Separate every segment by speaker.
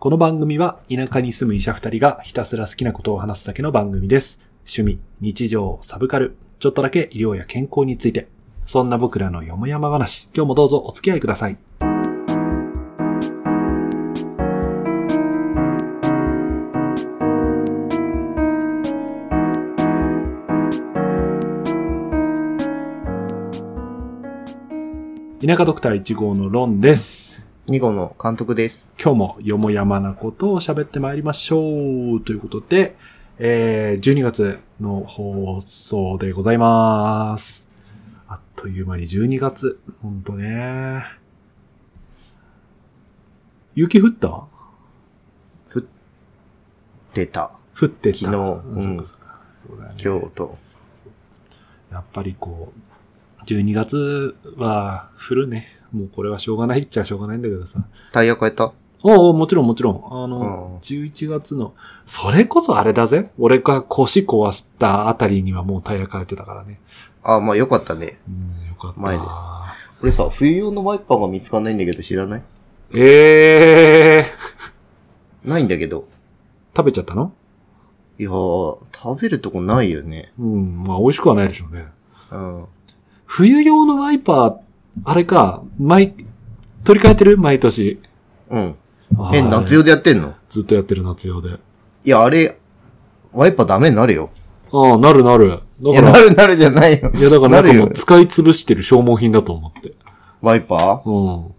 Speaker 1: この番組は田舎に住む医者二人がひたすら好きなことを話すだけの番組です。趣味、日常、サブカル、ちょっとだけ医療や健康について。そんな僕らのよもやま話、今日もどうぞお付き合いください。田舎ドクター1号のロンです。
Speaker 2: 2号の監督です。
Speaker 1: 今日もよもやまなことを喋ってまいりましょうということで、えー、12月の放送でございます。あっという間に12月。ほんとね。雪降った
Speaker 2: 出た。
Speaker 1: 降ってた。
Speaker 2: 昨日うん
Speaker 1: そうかそうかそうだよね
Speaker 2: 今日と。
Speaker 1: やっぱりこう、12月は降るね。もうこれはしょうがないっちゃしょうがないんだけどさ。
Speaker 2: タイヤ変えた
Speaker 1: おうおうもちろんもちろん。あ
Speaker 2: う
Speaker 1: の、
Speaker 2: ん。
Speaker 1: 11月の、それこそあれだぜ。俺が腰壊したあたりにはもうタイヤ変えてたからね。
Speaker 2: あ、まあよかったね。
Speaker 1: うん、よかった。
Speaker 2: 前で俺さ、冬用のワイパーが見つかんないんだけど知らない
Speaker 1: ええー、
Speaker 2: ないんだけど。
Speaker 1: 食べちゃったの
Speaker 2: いやー、食べるとこないよね。
Speaker 1: うん、まあ美味しくはないでしょうね。
Speaker 2: うん。
Speaker 1: 冬用のワイパー、あれか、毎、取り替えてる毎年。
Speaker 2: うん。
Speaker 1: あー
Speaker 2: え、夏用でやってんの
Speaker 1: ずっとやってる夏用で。
Speaker 2: いや、あれ、ワイパーダメになるよ。
Speaker 1: ああ、なるなる。
Speaker 2: い
Speaker 1: だ
Speaker 2: や、
Speaker 1: か
Speaker 2: な
Speaker 1: ら、
Speaker 2: るなるじゃないよ。
Speaker 1: いやだからな
Speaker 2: なんる
Speaker 1: か
Speaker 2: よ
Speaker 1: もう使い潰してる消耗品だと思って。
Speaker 2: ワイパ
Speaker 1: うん。
Speaker 2: ー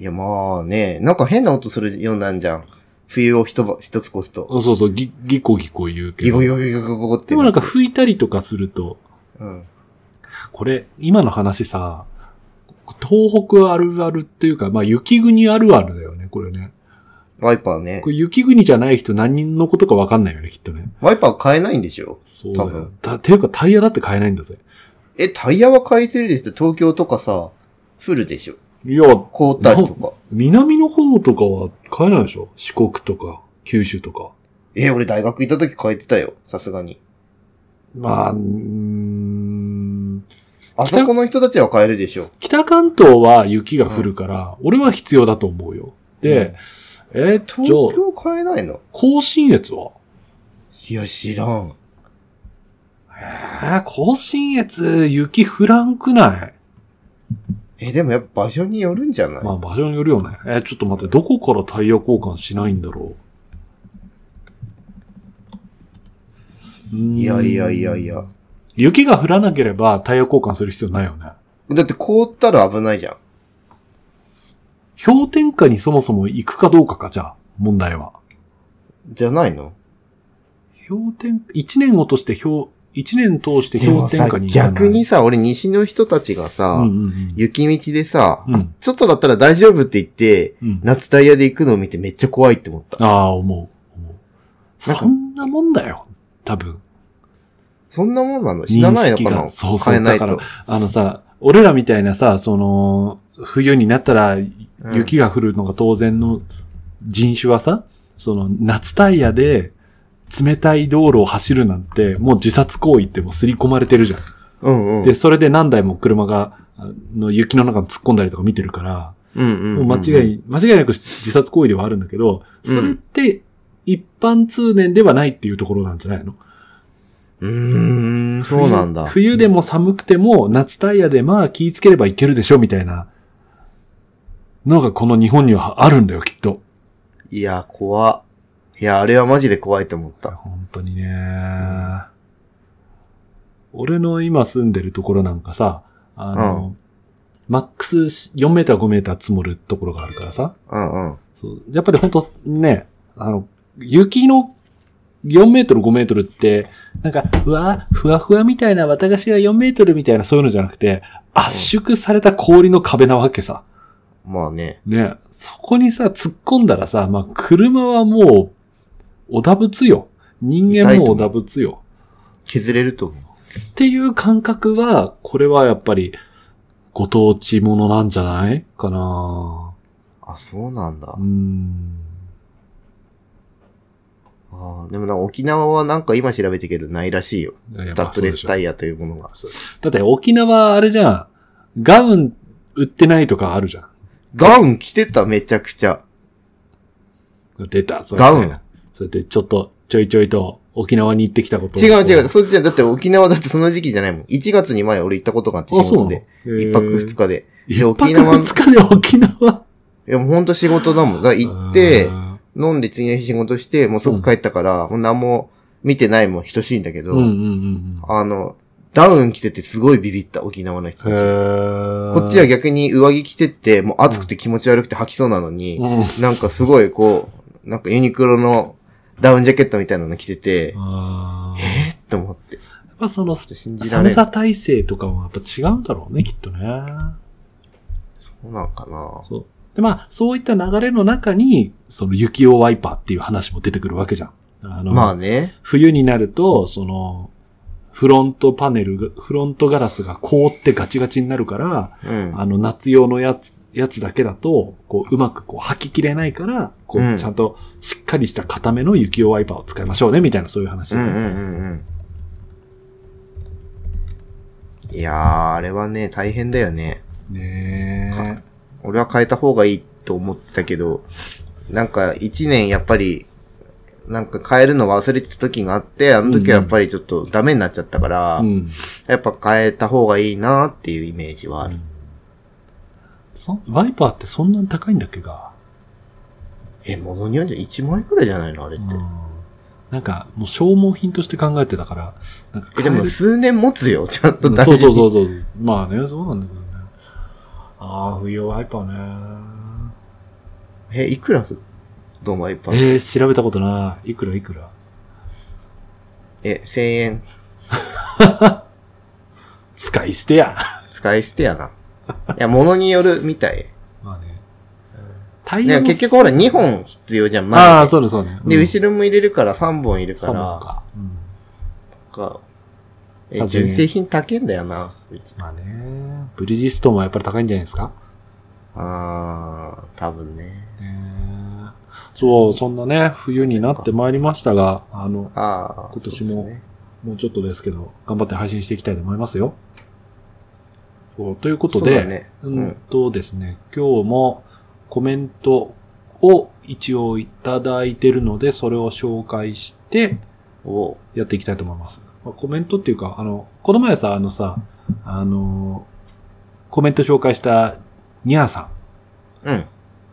Speaker 2: いや、まあね、なんか変な音するようなんじゃん。冬を一ば一つ越すと。
Speaker 1: あそうそう、ぎ、ぎこぎこ言うけ
Speaker 2: ギ
Speaker 1: ど
Speaker 2: コギ。コギコギコギコって。
Speaker 1: でもなんか拭いたりとかすると、
Speaker 2: うん。
Speaker 1: これ、今の話さ、東北あるあるっていうか、まあ雪国あるあるだよね、これね。
Speaker 2: ワイパーね
Speaker 1: こ。れ雪国じゃない人何人のことかわかんないよね、きっとね。
Speaker 2: ワイパー変えないんでしょ
Speaker 1: そうだ
Speaker 2: 多
Speaker 1: よ
Speaker 2: 分。
Speaker 1: だていうかタイヤだって買えないんだぜ。
Speaker 2: え、タイヤは変えてるですって東京とかさ、降るでしょ
Speaker 1: いや、
Speaker 2: 凍ったり とか。
Speaker 1: 南の方とかは買えないでしょ四国とか、九州とか。
Speaker 2: え、俺大学行った時変えてたよ。さすがに。
Speaker 1: まあ、うーん。
Speaker 2: あそこの人たちは変えるでしょ。
Speaker 1: 北関東は雪が降るから、俺は必要だと思うよ。で、えーっと、
Speaker 2: 東京変えないの
Speaker 1: 甲信越はい
Speaker 2: や、知らん。
Speaker 1: えー、甲信越、雪降らんくない
Speaker 2: え、でもやっぱ場所によるんじゃない、
Speaker 1: まあ場所によるよね。えー、ちょっと待って、どこからタイヤ交換しないんだろう。うーん
Speaker 2: いやいやいやいや。
Speaker 1: 雪が降らなければタイヤ交換する必要ないよね。
Speaker 2: だって凍ったら危ないじゃん。
Speaker 1: 氷点下にそもそも行くかどうかか、じゃあ、問題は。
Speaker 2: じゃないの
Speaker 1: 氷点、一年を通して氷、一年通して
Speaker 2: でも
Speaker 1: 氷点
Speaker 2: さ
Speaker 1: 下、に行かない
Speaker 2: 逆に、さ、俺西の人たちが
Speaker 1: うん
Speaker 2: さ、
Speaker 1: うん
Speaker 2: 雪道でさ、
Speaker 1: うん。うん。
Speaker 2: ちょっとだったら大丈夫って言って、
Speaker 1: うん。
Speaker 2: 夏タイヤで行くのを見てめっちゃ怖いって思った。
Speaker 1: ああ、思う。思う。
Speaker 2: なんか
Speaker 1: そんなもんだよ。多分。
Speaker 2: そんなもんなの知らないのか
Speaker 1: 認識
Speaker 2: な
Speaker 1: がそうそう
Speaker 2: 変えない
Speaker 1: だ
Speaker 2: と
Speaker 1: か。あのさ、俺らみたいなさ、その、冬になったら
Speaker 2: うん
Speaker 1: 雪が降るのが当然の人種はさ、その夏タイヤで冷たい道路を走るなんて、もう自殺行為ってもう刷り込まれてるじゃん。
Speaker 2: うんうん。
Speaker 1: で、それで何台も車が、あの雪の中に突っ込んだりとか見てるから、
Speaker 2: うんうんうん
Speaker 1: もう
Speaker 2: う
Speaker 1: ん間違い、間違いなく自殺行為ではあるんだけど、それって一般通念ではないっていうところなんじゃないの
Speaker 2: うーん、そうなんだ。
Speaker 1: 冬冬でも寒くても、夏タイヤでまあ気ぃつければいけるでしょ、みたいな。のがこの日本にはあるんだよ、きっと。
Speaker 2: いや、怖っ。いや、あれはマジで怖いと思った。
Speaker 1: 本当にね。俺の今住んでるところなんかさ、あの、マックス4メーター5メーター積もるところがあるからさ。
Speaker 2: うんうん。
Speaker 1: そうやっぱり本当ね、あの、雪の4メートル5メートルって、なんか、うわ、ふわふわみたいな綿菓子が4メートルみたいなそういうのじゃなくて、圧縮された氷の壁なわけさ。
Speaker 2: まあね。
Speaker 1: ね、そこにさ、突っ込んだらさ、まあ、車はもう、おだぶつよ。人間もおだぶつよ。
Speaker 2: 削れると思う。
Speaker 1: っていう感覚は、これはやっぱり、ご当地ものなんじゃないかな
Speaker 2: あ、そうなんだ
Speaker 1: う。ん。
Speaker 2: あーでもなんか沖縄はなんか今調べてけどないらしいよ。スタッドレスタイヤというものが。
Speaker 1: だって沖縄あれじゃん。ガウン売ってないとかあるじゃん。
Speaker 2: ガウン着てた、めちゃくちゃ。
Speaker 1: 出た、それ
Speaker 2: ガウン。
Speaker 1: それでちょっと、ちょいちょいと沖縄に行ってきたこと
Speaker 2: 違う違う。そっちじゃ、だって沖縄だってその時期じゃないもん。1月に前俺行ったことがあって仕事で。一
Speaker 1: 一
Speaker 2: 泊二。日で。
Speaker 1: へー
Speaker 2: で
Speaker 1: 一泊
Speaker 2: 沖縄
Speaker 1: 二日で沖縄
Speaker 2: いや、もうほんと仕事だもん。だから行って、
Speaker 1: あ
Speaker 2: 飲んで次の日仕事して、もう即帰ったから、もう何も見てないもん等しいんだけ
Speaker 1: ー
Speaker 2: ど、
Speaker 1: うんうんうん
Speaker 2: あの、ダウン着ててすごいビビった、沖縄の人
Speaker 1: うん。
Speaker 2: たち。
Speaker 1: こ
Speaker 2: こっちは逆に上着着てって、もう暑くて気持ち悪くて吐きそうなのに、
Speaker 1: うん。
Speaker 2: なんかすごいこう、なんかユニクロのダウンジャケットみたいなの着てて、
Speaker 1: あー
Speaker 2: えーって思って。ちょ
Speaker 1: やっぱその、
Speaker 2: っと信じら
Speaker 1: 寒
Speaker 2: れない。
Speaker 1: さ体制とかもやっぱ違うんだろうね、きっとね。
Speaker 2: そうなんかな
Speaker 1: そう。で、まあ、そういった流れの中に、その雪用ワイパーっていう話も出てくるわけじゃん。あの、
Speaker 2: まあね。
Speaker 1: 冬になると、その、フロントパネルが、フロントガラスが凍ってガチガチになるから、
Speaker 2: うん。
Speaker 1: あの、夏用のやつ、やつだけだと、こう、うまくこう、吐ききれないから、こ
Speaker 2: うん
Speaker 1: う、ちゃんと、しっかりした固めの雪用ワイパーを使いましょうね、みたいな、そういう話。
Speaker 2: うんうんうんうん。いやー、あれはね、大変だよね。
Speaker 1: ねえ。
Speaker 2: 俺は変えた方がいいと思ったけど、なんか一年やっぱり、なんか変えるの忘れてた時があって、あの時はやっぱりちょっとダメになっちゃったから、
Speaker 1: うん。
Speaker 2: やっぱ変えた方がいいなっていうイメージはある。
Speaker 1: そワイパーってそんなに高いんだっけか、
Speaker 2: え、ものによって1万円くらいじゃないのあれっ
Speaker 1: う
Speaker 2: て。
Speaker 1: ん、なんか、もう消耗品として考えてたから、なんか
Speaker 2: え、でも
Speaker 1: 帰る
Speaker 2: 数年持つよ、ちゃんと
Speaker 1: うん
Speaker 2: 大事
Speaker 1: そう
Speaker 2: に。
Speaker 1: そうそうそう。まあね、そうなんだけどね。ああ、冬用ワイパーね。
Speaker 2: え、いくらすドマイパー。
Speaker 1: えー、調べたことない。いくらいくら。
Speaker 2: え、1000円。
Speaker 1: 使い捨てや。
Speaker 2: 使い捨てやな。いや、ものによる みたい。
Speaker 1: まあね。タイヤ
Speaker 2: ね、
Speaker 1: も
Speaker 2: 結局ほら2本必要じゃん、前で。
Speaker 1: ああ、そうね、そうね。
Speaker 2: で、
Speaker 1: うん
Speaker 2: 後ろも入れるから3本いるか
Speaker 1: 三本
Speaker 2: ら、
Speaker 1: か。うん。
Speaker 2: かえ
Speaker 1: 30円
Speaker 2: 純正品高いんだよな。うち
Speaker 1: まあね。ブリヂストンはやっぱり高いんじゃないですか
Speaker 2: あー、多分ね。
Speaker 1: ねえそう、そんなね、冬になってまいりましたが、あの、
Speaker 2: あー、
Speaker 1: 今年も
Speaker 2: そうですね
Speaker 1: もうちょっとですけど、頑張って配信していきたいと思いますよ。そう、ということ
Speaker 2: そうだ
Speaker 1: で、
Speaker 2: ね。
Speaker 1: う
Speaker 2: うん
Speaker 1: んとですね、今日もコメントを一応いただいてるので、それを紹介して
Speaker 2: おう
Speaker 1: やっていきたいと思います。まあコメントっていうか、あの、この前さ、あのさ、あの、コメント紹介したニャーさん、
Speaker 2: うん。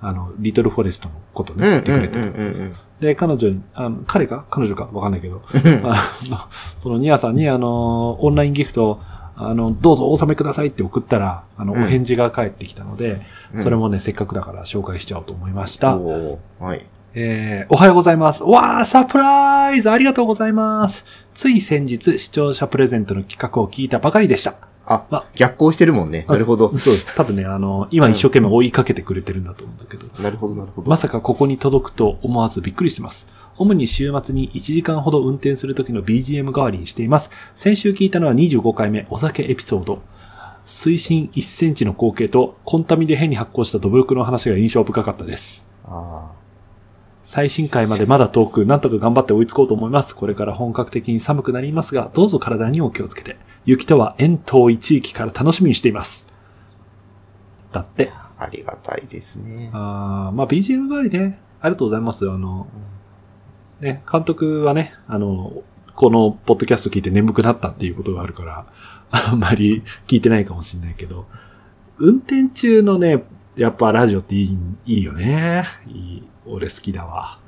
Speaker 1: あの、リトルフォレストのこと
Speaker 2: うん、う
Speaker 1: ね、
Speaker 2: ん、
Speaker 1: 言ってくれて
Speaker 2: うん、うん
Speaker 1: で、彼女に、あの、彼か彼女かわかんないけど、
Speaker 2: うん。
Speaker 1: あの、そのニアさんに、あの、オンラインギフト、あの、どうぞお納めくださいって送ったら、あの、
Speaker 2: うん
Speaker 1: お返事が返ってきたので、
Speaker 2: う ん
Speaker 1: それもね、せっかくだから紹介しちゃおうと思いました。
Speaker 2: おーはい。
Speaker 1: えー、おはようございます。わー、サプライズありがとうございます。つい先日、視聴者プレゼントの企画を聞いたばかりでした。
Speaker 2: あ
Speaker 1: あ、
Speaker 2: 逆行してるもんね。
Speaker 1: あ
Speaker 2: なるほど
Speaker 1: そう。です。多分ね、あの、今一生懸命追いかけてくれてるんだと思うんだけど。
Speaker 2: なるほど、なるほど。
Speaker 1: まさかここに届くと思わずびっくりしてます。主に週末に1時間ほど運転する時の BGM 代わりにしています。先週聞いたのは25回目お酒エピソード。水深1センチの光景とコンタミで変に発光したドブロクの話が印象深かったです。
Speaker 2: あ
Speaker 1: 最新回までまだ遠く、なんとか頑張って追いつこうと思います。これから本格的に寒くなりますが、どうぞ体にお気をつけて。雪とは遠遠い地域から楽しみにしています。だって。
Speaker 2: ーありがたいですね。
Speaker 1: あーまあ BGM 代わりね、ありがとうございます。あの、ね、監督はね、あの、このポッドキャスト聞いて眠くなったっていうことがあるから、 あんまり聞いてないかもしれないけど、運転中のね、やっぱラジオっていい、いいよね。いい。俺好きだわ。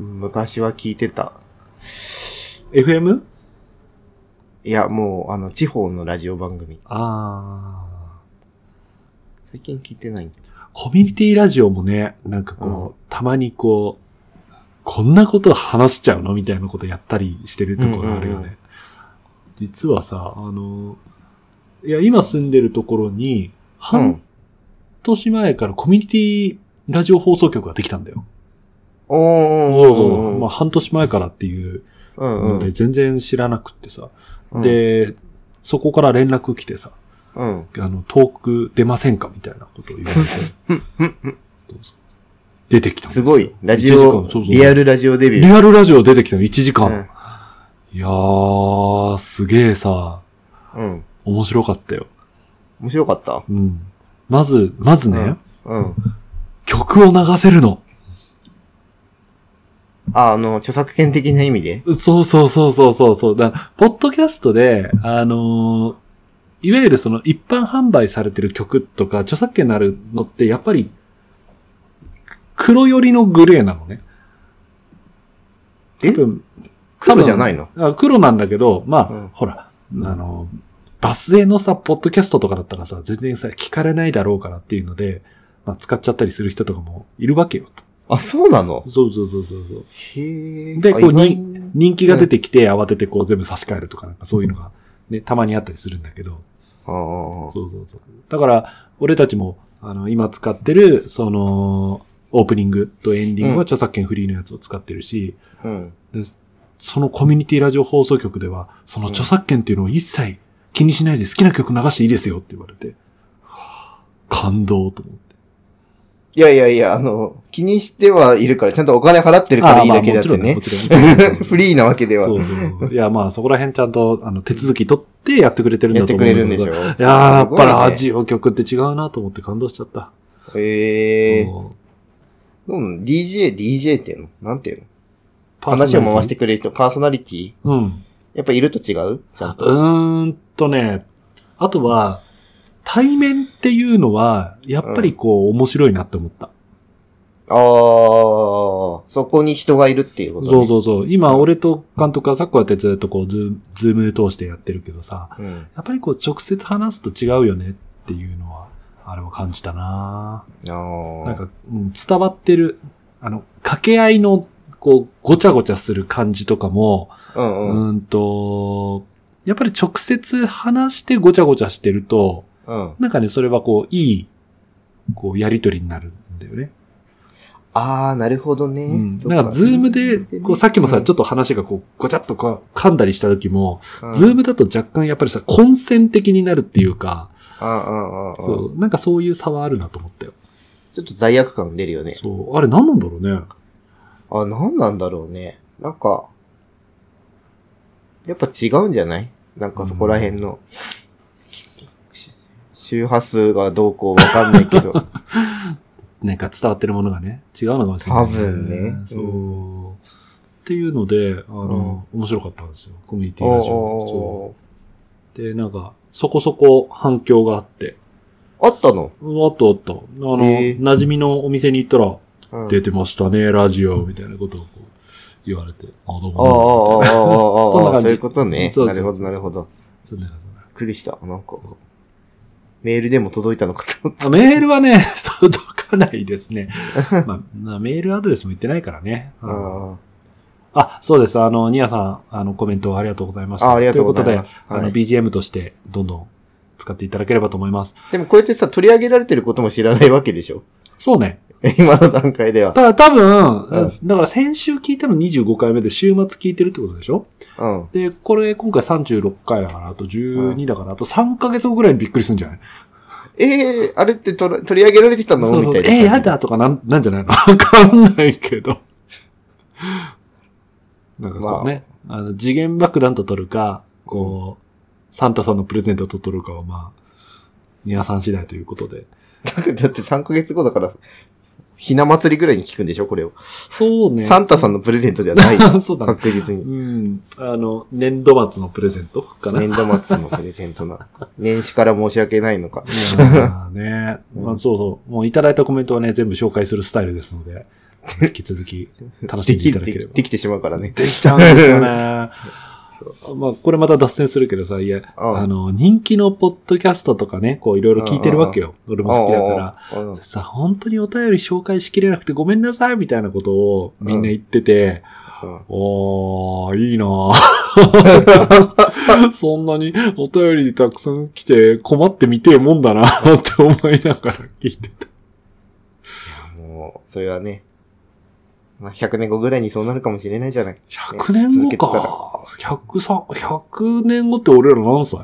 Speaker 2: 昔は聞いてた。
Speaker 1: FM?
Speaker 2: いや、もう、あの、地方のラジオ番組。
Speaker 1: あ
Speaker 2: 最近聞いてないんだ
Speaker 1: ーコミュニティラジオもね、なんかこう、
Speaker 2: う
Speaker 1: たまにこう、こんなこと話しちゃうのみたいなことやったりしてるところあるよね。
Speaker 2: うんうんうん
Speaker 1: 実はさ、あの、いや、今住んでるところに、
Speaker 2: う
Speaker 1: 半
Speaker 2: ん。
Speaker 1: 年前からコミュニティラジオ放送局ができたんだよ。
Speaker 2: おー。
Speaker 1: まあ、半年前からっていう
Speaker 2: うんう
Speaker 1: の
Speaker 2: ん
Speaker 1: で、全然知らなくってさ。
Speaker 2: うん、
Speaker 1: で、そこから連絡来てさ、
Speaker 2: うん。
Speaker 1: あの、遠く出ませんかみたいなことを言われて。そうそう出てきたんです
Speaker 2: す
Speaker 1: よ
Speaker 2: ごい。ラジ
Speaker 1: 一時間
Speaker 2: オ
Speaker 1: そうそう、
Speaker 2: リアルラジオデビュー。
Speaker 1: リアルラジオ出てきたの、1時間。
Speaker 2: うん
Speaker 1: いやー、すげえさ、
Speaker 2: うん。
Speaker 1: 面白かったよ。
Speaker 2: 面白かった。
Speaker 1: うん。まず、まずね、
Speaker 2: うん。
Speaker 1: 曲を流せるの。
Speaker 2: あ、あの、著作権的な意味で。
Speaker 1: そうそうそうそうそうそう。だからポッドキャストで、あのーいわゆるその一般販売されてる曲とか著作権のあるのってやっぱり黒寄りのグレーなのね。
Speaker 2: え
Speaker 1: 多分
Speaker 2: 黒じゃないの
Speaker 1: あ黒なんだけど、まあ、
Speaker 2: うん
Speaker 1: ほら、あの、バスへのさ、ポッドキャストとかだったらさ、全然さ、聞かれないだろうからっていうので、まあ、使っちゃったりする人とかもいるわけよ。
Speaker 2: あ、そうなの
Speaker 1: そうそうそうそうそう。
Speaker 2: へえ。
Speaker 1: で
Speaker 2: あ
Speaker 1: こう
Speaker 2: 意外
Speaker 1: に人気が出てきて、慌ててこう全部差し替えるとか、なんかそういうのが、ね、たまにあったりするんだけど。
Speaker 2: ああ。
Speaker 1: そうそうそう。だから、俺たちも、あの、今使ってる、その、オープニングとエンディング
Speaker 2: うん
Speaker 1: は著作権フリーのやつを使ってるし、
Speaker 2: うん。
Speaker 1: そのコミュニティラジオ放送局では、その著作権っていうのを一切気にしないで好きな曲流していいですよって言われて、感動と思って。
Speaker 2: いやいやいや、あの、気にしてはいるから、ちゃんとお金払ってるからいいだけだって
Speaker 1: ああまあ
Speaker 2: ね
Speaker 1: も。ち ろんねもちろん
Speaker 2: フリーなわけでは
Speaker 1: そ。うそうそう。いや、まあそこら辺ちゃんと、あの、手続き取ってやってくれてるん
Speaker 2: や
Speaker 1: だ
Speaker 2: っ
Speaker 1: と
Speaker 2: て
Speaker 1: 思
Speaker 2: く
Speaker 1: う
Speaker 2: れ
Speaker 1: んだ
Speaker 2: るん
Speaker 1: け
Speaker 2: で
Speaker 1: ど
Speaker 2: しょ
Speaker 1: いやー、やっぱりラ
Speaker 2: す
Speaker 1: ジオ局って違うなと思って感動しちゃった。
Speaker 2: ごいねへえ。
Speaker 1: もう
Speaker 2: うん、DJ、DJ っていうのなんていうの
Speaker 1: パーソナリ
Speaker 2: 話
Speaker 1: ティ
Speaker 2: を回してくれる人、パーソナリティ
Speaker 1: うん。
Speaker 2: やっぱいると違うちゃんと。
Speaker 1: うーんとね、あとは、対面っていうのは、やっぱりこう、面白いなって思った。
Speaker 2: ああ、そこに人がいるっていうことね。
Speaker 1: そうそうそう。今、
Speaker 2: うん
Speaker 1: 俺と監督はさっきこうやってずっとこう、ズームズーム通してやってるけどさ、
Speaker 2: うん。
Speaker 1: やっぱりこう、直接話すと違うよねっていうのは、あれは感じたな
Speaker 2: ああ。
Speaker 1: なんか、うん、伝わってる、あの、掛け合いの、こう、ごちゃごちゃする感じとかも、
Speaker 2: うん
Speaker 1: う
Speaker 2: うん。
Speaker 1: ーんと、やっぱり直接話してごちゃごちゃしてると、
Speaker 2: うん。
Speaker 1: なんかね、それはこう、いい、こう、やりとりになるんだよね。
Speaker 2: ああ、なるほどね。
Speaker 1: うん。
Speaker 2: そっ
Speaker 1: なんか、ズームで、こう、さっきもさ、ちょっ
Speaker 2: っ
Speaker 1: と話がこう、ごちゃっとこう噛んだりした時も、
Speaker 2: と
Speaker 1: ズームだと若干やっぱりさ、混戦的になるっていうか、
Speaker 2: ああ、ああ、
Speaker 1: そうなんかそういう差はあるなと思ったよ。
Speaker 2: ちょっと罪悪感出るよね。
Speaker 1: そう。あれ何なんだろうね。
Speaker 2: あ、なんなんだろうね。なんか、やっぱ違うんじゃないなんかそこら辺の、し周波数がどうこうわかんないけど。
Speaker 1: なんか伝わってるものがね、違うのかもしれない、
Speaker 2: 多分ね
Speaker 1: そう。
Speaker 2: う
Speaker 1: っていうので、あの、面白かったんですよ。コミュニティラジオ。 そう
Speaker 2: おー
Speaker 1: で、なんか、そこそこ反響があって、
Speaker 2: あったの、
Speaker 1: うわあとあった。あの、
Speaker 2: えー
Speaker 1: 馴染みのお店に行ったら、
Speaker 2: うん、
Speaker 1: 出てましたね、ラジオ、みたいなことをこう言われて、あ、どう
Speaker 2: ああ、ああ、
Speaker 1: も。
Speaker 2: ああ、ああ、
Speaker 1: そんな
Speaker 2: ああ
Speaker 1: 感じ
Speaker 2: そういうことね。
Speaker 1: そうそう
Speaker 2: なるほど、なるほど。
Speaker 1: そんな感じ
Speaker 2: びっくりした。なんか、メールでも届いたのかと思っ
Speaker 1: あメールはね、 届かないですね。まあな、メールアドレスも言ってないからね。
Speaker 2: た。あ
Speaker 1: あ、そうです。あの、ニアさん、あの、コメントありがとうございました。
Speaker 2: あありがとうござい
Speaker 1: という
Speaker 2: ます
Speaker 1: ことで、
Speaker 2: はい
Speaker 1: あの、BGM として、どんどん使っていただければと思います。
Speaker 2: あ。でもこうやってさ、取り上げられてることも知らないわけで しょ
Speaker 1: そうね。
Speaker 2: 今の段階では。
Speaker 1: ただ、多分、
Speaker 2: う
Speaker 1: だから先週聞いたの25回目で、週末聞いてるってことでしょ
Speaker 2: うん。
Speaker 1: で、これ、今回36回だから、あと12だから、あと3ヶ月後ぐらいにびっくりするんじゃない
Speaker 2: ええあれってとら取り上げられてたの
Speaker 1: そうそ
Speaker 2: み
Speaker 1: う
Speaker 2: たいな。
Speaker 1: えー、や。だとかなん、なんじゃないの わかんないけど。 なんかこうね、あの、次元爆弾と取るか、こう、サンタさんのプレゼントと取るかは、まあ、ニアさん次第ということで。
Speaker 2: だって だって3ヶ月後だから、ひな祭りぐらいに聞くんでしょこれを。
Speaker 1: そうね。
Speaker 2: サンタさんのプレゼントじゃな い。
Speaker 1: タそうだね。
Speaker 2: 確 実に。
Speaker 1: うん。あの、年度末のプレゼントかな。
Speaker 2: 年度末のプレゼントな。年始から申し訳ないのか。
Speaker 1: いやーね、
Speaker 2: うん
Speaker 1: まあ、そうそう。もういただいたコメントはね、全部紹介するスタイルですので、引き続き楽し
Speaker 2: で
Speaker 1: んで
Speaker 2: き
Speaker 1: いただけ
Speaker 2: で
Speaker 1: れ
Speaker 2: き
Speaker 1: ば。
Speaker 2: できてしまうからね。
Speaker 1: できちゃうんですよね。まあ、これまた脱線するけどさ、いや、
Speaker 2: うん
Speaker 1: あの、人気のポッドキャストとかね、こういろいろ聞いてるわけよ。俺も好きだから。
Speaker 2: うんうんうん
Speaker 1: さ、本当にお便り紹介しきれなくてごめんなさいみたいなことをみんな言ってて、
Speaker 2: うん
Speaker 1: おー、いいな ぁそんなにお便りたくさん来て困ってみてえもんだなって思いながら聞いてた。
Speaker 2: もう、それはね。まあ、100年後ぐらいにそうなるかもしれないじゃない。
Speaker 1: 100年後か。100さ、100年後って俺ら何歳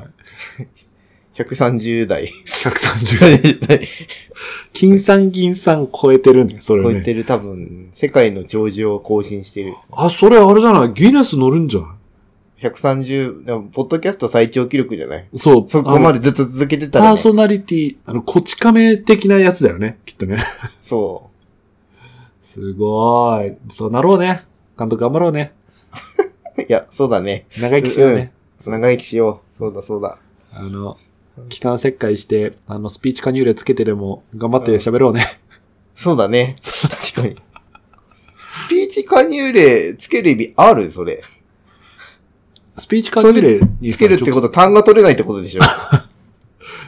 Speaker 2: 130代。
Speaker 1: 130代。
Speaker 2: 超
Speaker 1: 金さん銀さん超えてるね、それね。
Speaker 2: えてる多分、世界の上場を更新してる。
Speaker 1: あ、それあれじゃないギネス乗るんじゃな
Speaker 2: 130、でもポッドキャスト最長記録じゃない
Speaker 1: いそう。
Speaker 2: そこま
Speaker 1: で。
Speaker 2: でずっと続けてた
Speaker 1: パ
Speaker 2: ら、
Speaker 1: ー
Speaker 2: ね、
Speaker 1: ソナリティ、あの、こち亀的なやつだよね、きっとね。
Speaker 2: そ
Speaker 1: すごーい。そうなろうね。監督頑張ろうね。
Speaker 2: いや、そうだね。
Speaker 1: 長生きしようね。
Speaker 2: 長生きしよう。そうだ、そうだ。
Speaker 1: あの、期間切開して、あの、スピーチ加入例つけてでも頑張って喋ろうね。
Speaker 2: そうだね。確かに。スピーチ加入例つける意味あるそれ。
Speaker 1: スピーチ加入例に
Speaker 2: つけるってこと、単が取れないってことでしょ。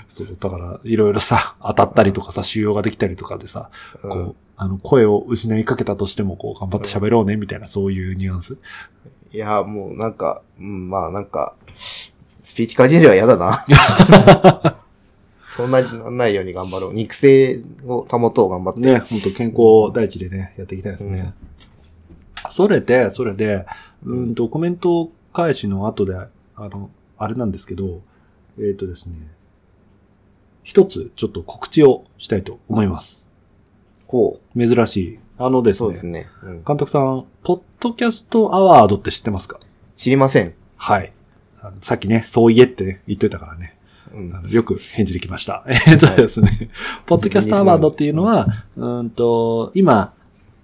Speaker 1: そう、だから、いろいろさ、当たったりとかさ、収容ができたりとかでさ、
Speaker 2: う
Speaker 1: こ
Speaker 2: ん
Speaker 1: う、あの、声を失いかけたとしても、こう、頑張って喋ろうね、みたいな、そういうニュアンス。
Speaker 2: いや、もうなんか、うん、まあなんか、スピーチ加入例は嫌 だな。そんなになんないように頑張ろう。肉声を保とう頑張って。
Speaker 1: ね、本当健康第一でね、やっていきたいですね。それで、それで、うんと、コメント返しの後で、あの、あれなんですけど、えっ、とですね、一つ、ちょっと告知をしたいと思います。
Speaker 2: こ
Speaker 1: 珍しい。あので
Speaker 2: う。
Speaker 1: す
Speaker 2: そう
Speaker 1: ね、
Speaker 2: ですね。うん
Speaker 1: 監督さん、ポッドキャストアワードって知ってますか
Speaker 2: 知りません。
Speaker 1: はい。あのさっきね、そう言えって、ね、言っといたからね。
Speaker 2: うん
Speaker 1: あのよく返事できました。 えっとですね、ポッドキャストアワードっていうのは、うーんと、今、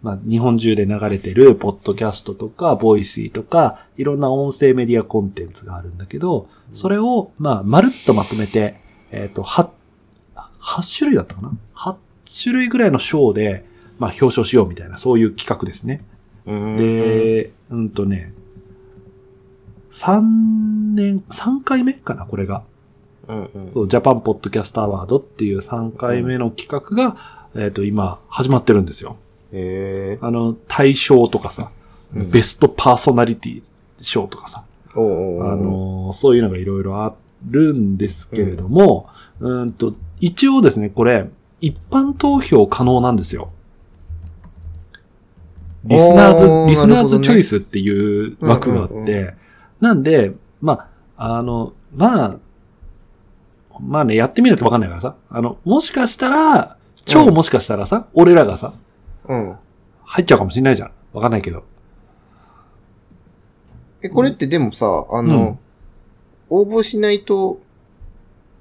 Speaker 1: まあ、日本中で流れてる、ポッドキャストとか、ボイシーとか、いろんな音声メディアコンテンツがあるんだけど、それを、まあ、まるっとまとめて、えっ、と、は、8種類だったかな ?8 種類ぐらいの賞で、まあ、表彰しようみたいな、そういう企画ですね。
Speaker 2: うん、
Speaker 1: で、うんとね、3年、3回目かな、これが。
Speaker 2: うんうん
Speaker 1: そうジャパンポッドキャストアワードっていう3回目の企画が、えっ、と、今、始まってるんですよ。
Speaker 2: へえ
Speaker 1: あの、大賞とかさ、
Speaker 2: うん
Speaker 1: ベストパーソナリティ賞とかさ、
Speaker 2: おうおうおう
Speaker 1: あのーそういうのがいろいろあるんですけれども、うーんと、一応ですね、これ、一般投票可能なんですよ。リスナーズ、
Speaker 2: おー
Speaker 1: リスナーズ
Speaker 2: なるほどね
Speaker 1: チョイスっていう枠があって、
Speaker 2: うんうんう
Speaker 1: なんで、まあ、あの、まあ、まあね、やってみるとわかんないからさ、あの、もしかしたら、超もしかしたらさ、俺らがさ、
Speaker 2: うん。
Speaker 1: 入っちゃうかもしれないじゃん。わかんないけど。
Speaker 2: え、これってでもさ、あの、
Speaker 1: うん
Speaker 2: 応募しないと、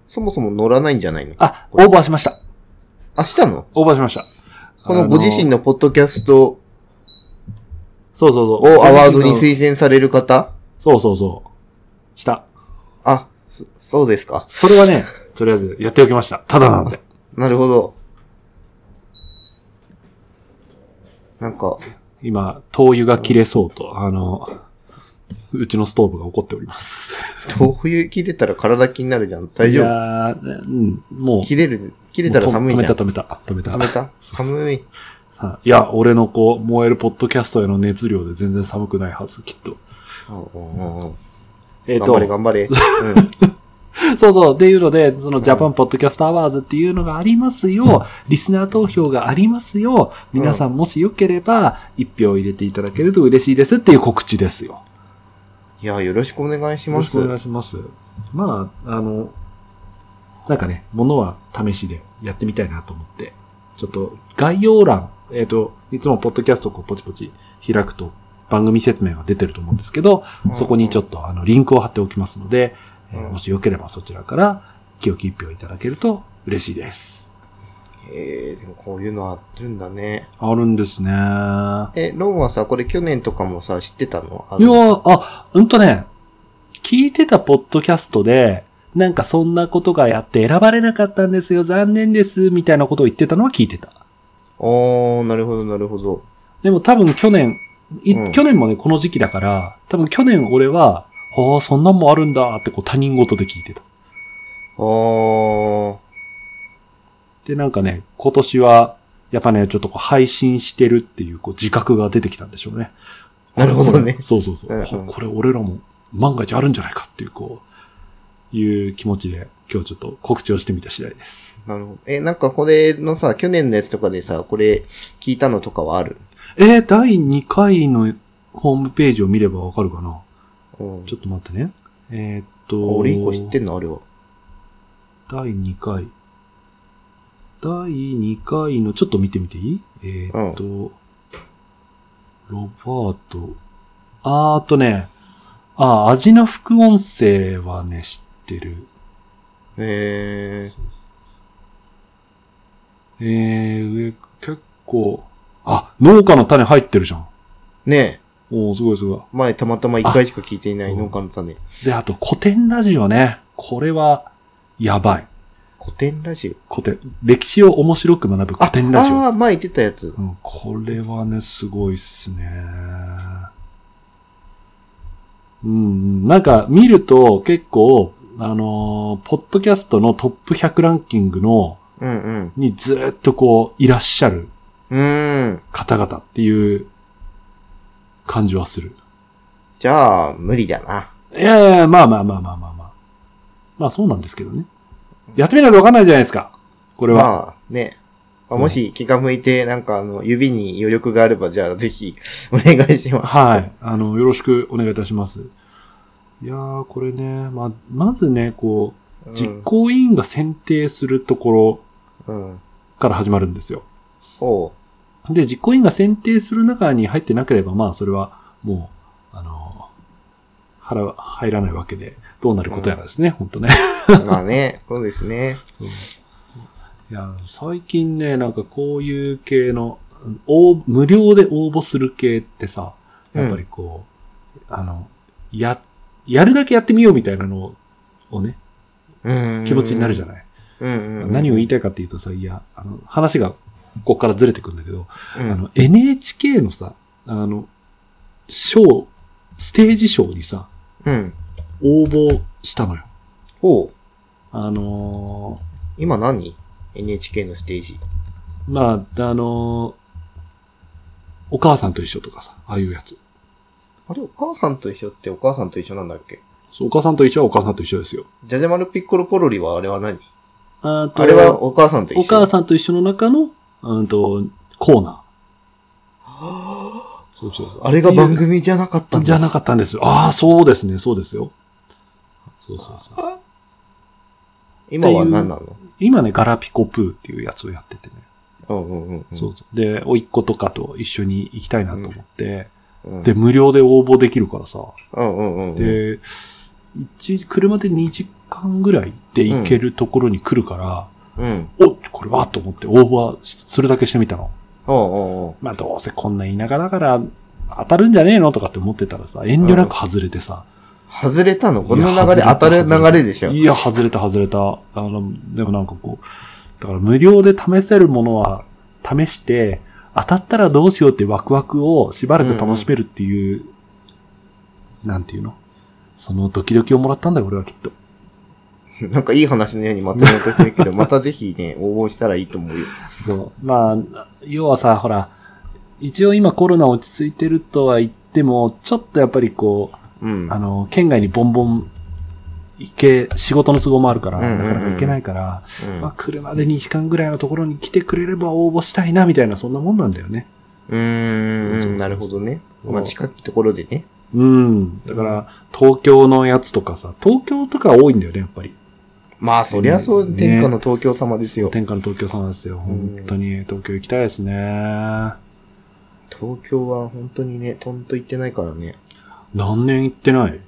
Speaker 2: そもそも乗らないんじゃないの
Speaker 1: あ、オーバーしました。
Speaker 2: あ、したの
Speaker 1: オーバーしました。
Speaker 2: このご自身
Speaker 1: の、
Speaker 2: のポッドキャスト
Speaker 1: そうそう
Speaker 2: を
Speaker 1: そう。
Speaker 2: アワードに
Speaker 1: ご自身の
Speaker 2: 推薦される方
Speaker 1: そうそうそう。した。
Speaker 2: あ、そそうですか。
Speaker 1: それは ね、とりあえずやっておきました。ただなんで。
Speaker 2: なるほど。なんか、
Speaker 1: 今、灯油が切れそうと、あの、うちのストーブが怒っております。
Speaker 2: 豆腐湯切れたら体気になるじゃん。大丈
Speaker 1: い
Speaker 2: 夫
Speaker 1: やーうん、もう。
Speaker 2: 切れる、切れたら寒いじゃん。
Speaker 1: もう
Speaker 2: 止
Speaker 1: 止めた、止めた、止
Speaker 2: め
Speaker 1: めた。
Speaker 2: た 寒い。
Speaker 1: さあいや、俺のこう、燃えるポッドキャストへの熱量で全然寒くないはず、きっと。
Speaker 2: うんうんうん
Speaker 1: えっ、
Speaker 2: 頑張れ
Speaker 1: と、
Speaker 2: 頑 張れ。
Speaker 1: そうそう、っていうので、そのジャパンポッドキャストアワーズっていうのがありますよ、リスナー投票がありますよ、皆さんもしよければ、一票入れていただけると嬉しいですっていう告知ですよ。
Speaker 2: いや、よろしくお願いし
Speaker 1: よ
Speaker 2: ま
Speaker 1: ろし
Speaker 2: す。
Speaker 1: くお願いします。まあ、あの、なんかね、ものは試しでやってみたいなと思って、ちょっと概要欄、えっ、と、いつもポッドキャストをこうポチポチ開くと番組説明が出てると思うんですけど、そこにちょっ
Speaker 2: と。
Speaker 1: とあのリンクを貼っておきますので、えー
Speaker 2: うん
Speaker 1: もしよければそちらから清き一票いただけると嬉しいです。
Speaker 2: えー、でもこういうのあるんだね。
Speaker 1: あるんですね。いや
Speaker 2: え、ロンはさ、これ去年とかもさ、知ってたのあ
Speaker 1: ー
Speaker 2: の
Speaker 1: あ、うんとね、聞いてたポッドキャストで、なんかそんなことがやって選ばれなかったんですよ、残念です、みたいなことを言ってたのは聞いてた。
Speaker 2: おー、なるほど、なるほど。
Speaker 1: でも多分去年、い
Speaker 2: うん
Speaker 1: 去年もね、この時期だから、多分去年俺は、ああ、そんなんもあるんだってこう他人事で聞いてた。
Speaker 2: おー、
Speaker 1: で、なんかね、今年は、やっぱね、ちょっとこう配信してるっていうこう自覚が出てきたんでしょうね。
Speaker 2: なるほどね
Speaker 1: これそうそうそう。
Speaker 2: うんうん
Speaker 1: ほこれ俺らも万が一あるんじゃないかっていう、こう、いう気持ちで、今日ちょっと告知をしてみた次第です。
Speaker 2: なるほど。え、なんかこれのさ、去年のやつとかでさ、これ聞いたのとかはある
Speaker 1: えー、第2回のホームページを見ればわかるかな
Speaker 2: うん
Speaker 1: ちょっと待ってね。えーっと、
Speaker 2: 俺一個知ってんのあるわ。
Speaker 1: 第2回。第2回の、ちょっと見てみていいえーっと、ロバート。あーっとね、あー、味な副音声はね、知ってる。
Speaker 2: え
Speaker 1: えー、上、結構、あ、農家の種入ってるじゃん。
Speaker 2: ー、ね
Speaker 1: おおすごいすご
Speaker 2: 前たまたま1回しか聞いていない農家の種。
Speaker 1: い。で、あと古典ラジオね。これは、やばい。
Speaker 2: 古典ラジオ。
Speaker 1: 古典、歴史を面白く学ぶ
Speaker 2: あ、
Speaker 1: 古典ラジオ。
Speaker 2: ああ、前言ってたやつ。
Speaker 1: うん、これはね、すごいっすね。うんうん、なんか見ると結構、あのーポッドキャストのトップ100ランキングの、
Speaker 2: うんうん。
Speaker 1: にずーっとこう、いらっしゃる
Speaker 2: うーん。
Speaker 1: 方々っていう感じはする。
Speaker 2: じゃあ、無理だな。
Speaker 1: いやいやいや、まあまあまあまあまあまあ。まあそうなんですけどね。やってみないとわかんないじゃないですか。これは。
Speaker 2: まあ、ね。まあもし気が向いて、なんかあの、指に余力があれば、じゃあぜひ、お願いします。
Speaker 1: はい。あの、よろしくお願いいたします。いやー、これね、まあ、まずね、こ
Speaker 2: う
Speaker 1: う、
Speaker 2: ん
Speaker 1: 実行委員が選定するところ
Speaker 2: うん。
Speaker 1: から始まるんですよ。
Speaker 2: おう。
Speaker 1: で、実行委員が選定する中に入ってなければ、まあ、それは、もう、あの、腹は入らないわけで、どうなることやらですね、ほんとね。
Speaker 2: まあね、そうですね。
Speaker 1: いや、最近ね、なんかこういう系の、うん応募無料で応募する系ってさ、やっぱりこう、あの、や、やるだけやってみようみたいなのをね、
Speaker 2: うん。
Speaker 1: 気持ちになるじゃない。
Speaker 2: うんうんうん。
Speaker 1: 何を言いたいかっていうとさ、いや、あの、話がここからずれてくんだけど、
Speaker 2: うん
Speaker 1: あの、NHK のさ、あの、ショー、ステージショーにさ、
Speaker 2: うん。
Speaker 1: 応募したのよ。
Speaker 2: おう。
Speaker 1: あのー
Speaker 2: 今何 ?NHK のステージ。
Speaker 1: まあ、あのーお母さんと一緒とかさ、ああいうやつ。
Speaker 2: あれ、お母さんと一緒ってお母さんと一緒なんだっけ
Speaker 1: そうお母さんと一緒はお母さんと一緒ですよ。
Speaker 2: ジャジャマルピッコロポロリはあれは何
Speaker 1: あと
Speaker 2: あれはお母さんと一緒。
Speaker 1: お母さんと一緒の中の、うんと、コーナー。そうそうそう
Speaker 2: あれが番組じゃなかったん
Speaker 1: じ
Speaker 2: だ。
Speaker 1: ゃなかったんですよ。ああ、そうですね、そうですよ。そうそうそう。
Speaker 2: 今は何なの
Speaker 1: 今ね、ガラピコプーっていうやつをやっててね。
Speaker 2: うんうんうんうん。
Speaker 1: そうそう。で、甥っ子とかと一緒に行きたいなと思って、
Speaker 2: うん。
Speaker 1: で、無料で応募できるからさ。
Speaker 2: うんうんうんうん。
Speaker 1: で、一車で2時間ぐらいで行けるところに来るから、
Speaker 2: うん。
Speaker 1: おこれはと思って応募はしするだけしてみたの。
Speaker 2: おうおうおう。
Speaker 1: まあどうせこんな田舎だから当たるんじゃねえのとかって思ってたらさ、遠慮なく外れてさ。
Speaker 2: 外れたのこの
Speaker 1: いや
Speaker 2: 流れ当たる流れでしょ。
Speaker 1: いや、外れた外れた。あの、でもなんかこう、だから無料で試せるものは試して、当たったらどうしようってワクワクをしばらく楽しめるっていう、なんていうのそのドキドキをもらったんだよ、俺はきっと。
Speaker 2: なんかいい話のようにまとめようとしてるけど、またぜひね、応募したらいいと思うよ。
Speaker 1: そう。まあ、要はさ、ほら、一応今コロナ落ち着いてるとは言っても、ちょっとやっぱりこう、
Speaker 2: うん。
Speaker 1: あの、県外にボンボン行け、仕事の都合もあるから、
Speaker 2: うんうんうん
Speaker 1: なかなか行けないから、
Speaker 2: うん
Speaker 1: まあ、車で2時間ぐらいのところに来てくれれば応募したいな、みたいな、そんなもんなんだよね。
Speaker 2: うーん、なるほどね。まあ近いところでね。
Speaker 1: うん。だから、東京のやつとかさ、東京とか多いんだよね、やっぱり。
Speaker 2: まあそりゃそう、
Speaker 1: ね
Speaker 2: 天下の東京様ですよ。
Speaker 1: 天下の東京さんですよ。
Speaker 2: うん
Speaker 1: 本当に、東京行きたいですね。
Speaker 2: 東京は本当にね、とんと行ってないからね。
Speaker 1: 何年行ってない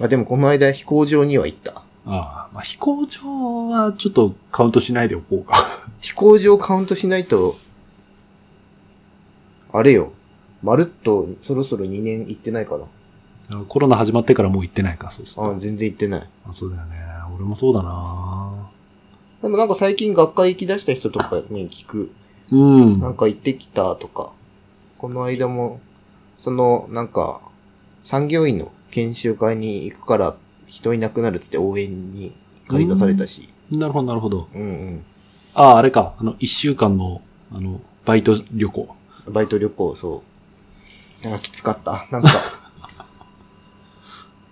Speaker 2: あ、でもこの間飛行場には行った。
Speaker 1: ああ、まあ、飛行場はちょっとカウントしないでおこうか。
Speaker 2: 飛行場カウントしないと、あれよ。まるっとそろそろ2年行ってないかな。
Speaker 1: コロナ始まってからもう行ってないか、そうしたら
Speaker 2: あ、全然行ってない。
Speaker 1: あそうだよね。俺もそうだな
Speaker 2: でもなんか最近学会行き出した人とかね、聞く。
Speaker 1: うん。
Speaker 2: なんか行ってきたとか、この間も、その、なんか、産業医の研修会に行くから人いなくなるっつって応援に借り出されたし。
Speaker 1: なるほど、なるほど。
Speaker 2: うんうん。
Speaker 1: ああ、あれか。あの、一週間の、あの、バイト旅行。
Speaker 2: バイト旅行、そう。なんかきつかった。なんか、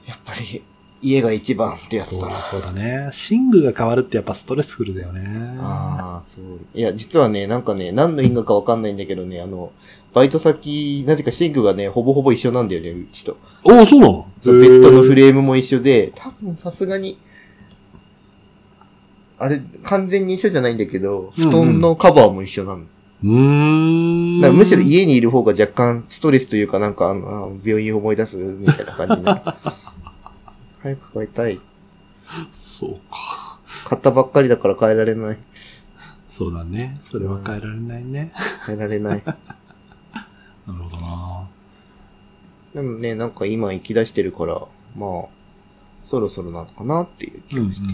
Speaker 2: やっぱり、家が一番ってやつだな。
Speaker 1: そうだね。寝具が変わるってやっぱストレスフルだよね。
Speaker 2: ああ、そう。いや、実はね、なんかね、何の因果かわかんないんだけどね、あの、バイト先、なぜかシンクがね、ほぼほぼ一緒なんだよね、うちと。
Speaker 1: おお、そうなの
Speaker 2: そうベッドのフ
Speaker 1: レ
Speaker 2: レームも一緒で、多分さすがに、あれ、完全に一緒じゃないんだけど、
Speaker 1: うんうん
Speaker 2: 布団のカバーも一緒なの。
Speaker 1: うーん。
Speaker 2: だからむしろ家にいる方が若干ストレスというか、なんか、あの、あ病院を思い出すみたいな感じ の。早く帰りたい。
Speaker 1: そうか。
Speaker 2: 買ったばっかりだから帰られない。
Speaker 1: そうだね。それは変えられないね。
Speaker 2: 帰られない。
Speaker 1: なるほどな
Speaker 2: でもね、なんか今行き出してるから、まあ、そろそろなのかなっていう
Speaker 1: う
Speaker 2: 気
Speaker 1: んうん
Speaker 2: がして。うん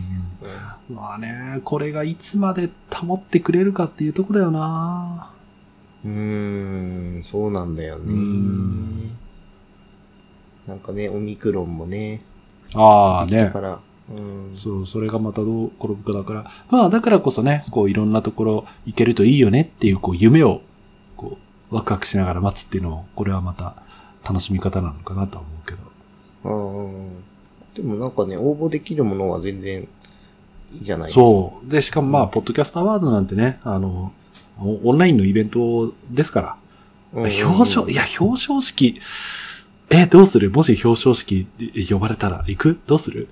Speaker 1: うんまあね、これがいつまで保ってくれるかっていうところだよな。
Speaker 2: うーん、そうなんだよね
Speaker 1: うん。
Speaker 2: なんかね、オミクロンもね、
Speaker 1: ああ
Speaker 2: でき
Speaker 1: ね
Speaker 2: たか。ら、うん。
Speaker 1: そう、それがまたどう転ぶかだから。まあ、だからこそね、こう、いろんなところ行けるといいよねっていう、こう、夢を、こう、ワクワクしながら待つっていうのも、これはまた、楽しみ方なのかなとは思うけど。
Speaker 2: うんでもなんかね、応募できるものは全然いいじゃないですか。
Speaker 1: そう。で、しかもまあ、ポッドキャストアワードなんてね、あの、オンラインのイベントですから。
Speaker 2: うんうんうん。
Speaker 1: 表彰、いや、表彰式、え、どうするもし表彰式で呼ばれたら行くどうする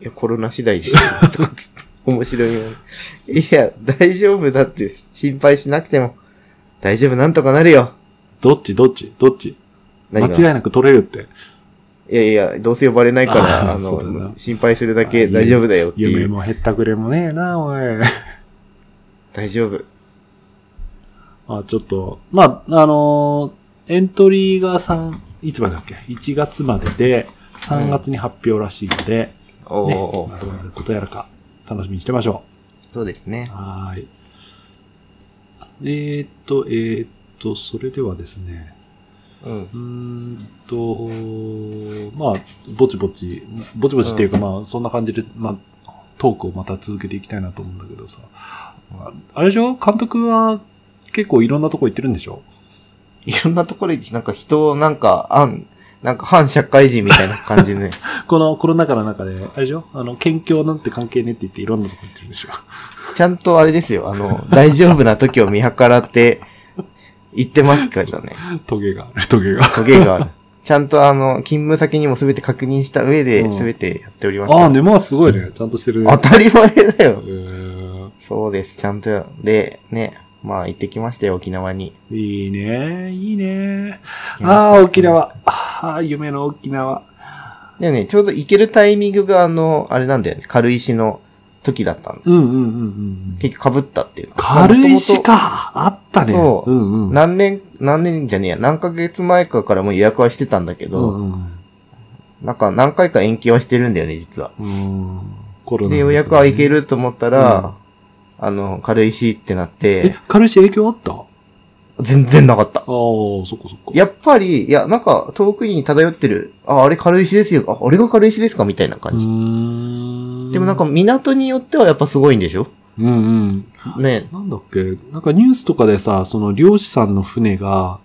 Speaker 2: いや、コロナ次第です。とかって面白いよね。いや、大丈夫だって、心配しなくても、大丈夫、なんとかなるよ。
Speaker 1: どっちどっちどっち間
Speaker 2: 何が
Speaker 1: 違いなく取れるって。
Speaker 2: いやいや、どうせ呼ばれないから、
Speaker 1: あー
Speaker 2: あ
Speaker 1: そうだな
Speaker 2: の、心配するだ
Speaker 1: あ
Speaker 2: け
Speaker 1: ー
Speaker 2: 大丈夫だよってい
Speaker 1: 夢
Speaker 2: う。
Speaker 1: もへったくれもねえな、おい。
Speaker 2: 大丈夫。
Speaker 1: あ、ちょっと、まあ、あのーエントリーが3、いつまでだっけ ?1 月までで、3月に発表らしいので、
Speaker 2: おー
Speaker 1: ね
Speaker 2: おー
Speaker 1: まあどうなることやらか、楽しみにしてましょ
Speaker 2: そうです
Speaker 1: う。
Speaker 2: ね。
Speaker 1: はーい。えーっと、えーっと、それではですね、
Speaker 2: うん。
Speaker 1: うーんと、まあ、ぼちぼち、ぼちぼちっていうか、まあ、そんな感じで、まあ、トークをまた続けていきたいなと思うんだけどさ。ああれでしょ監督は結構いろんなとこ行ってるんでしょ
Speaker 2: いろんなところに、なんか人を、なんか、あん、なんか反社会人みたいな感じ ね。
Speaker 1: このコロナ禍の中で、あれでしょあの、県境なんて関係ねえって言っていろんなとこ行ってるんでし ょ
Speaker 2: ちゃんとあれですよ、あの、大丈夫な時を見計らって、言ってますからね。
Speaker 1: トゲがある、トゲが。
Speaker 2: トゲがある。ちゃんとあの、勤務先にも全て確認した上で
Speaker 1: うん
Speaker 2: 全てやっております、
Speaker 1: ああ、根回しすごいね。ちゃんとしてるね。
Speaker 2: 当たり前だよ。
Speaker 1: えー
Speaker 2: そうです、ちゃんと。で、ね、まあ行ってきましたよ、沖縄に。
Speaker 1: いいね、いいね。ああ、沖。縄。ああ、夢の沖縄。
Speaker 2: でもね、ちょうど行けるタイミングがあの、あれなんだよね、軽石の時だったの。
Speaker 1: うんうんうんうんうん。
Speaker 2: 結局被ったっていうか。
Speaker 1: 軽石か。あったね。
Speaker 2: そうん
Speaker 1: うん。
Speaker 2: 何年、何年じゃねえや、何ヶ月前かからもう予約はしてたんだけ
Speaker 1: う
Speaker 2: ど、
Speaker 1: んうん
Speaker 2: なんか何回か延期はしてるんだよね、実は。
Speaker 1: うん。コロナ。
Speaker 2: で、予約はいけ
Speaker 1: る。
Speaker 2: ると思ったら、あの、軽石ってなって
Speaker 1: え、、軽石影響あったあ
Speaker 2: 全然なかった
Speaker 1: あ。、そっかそっか。
Speaker 2: やっぱり、いや、なんか、遠くに漂ってる、あ、あれ軽石ですよ。あ、あれが軽石ですかみたいな
Speaker 1: う
Speaker 2: 感じ。
Speaker 1: ーん。
Speaker 2: でもなんか、、港によってはやっぱすごいんでしょ
Speaker 1: うんうん。
Speaker 2: ね。
Speaker 1: なんだっけ、なんかニュースとかでさ、その漁師さんの船が、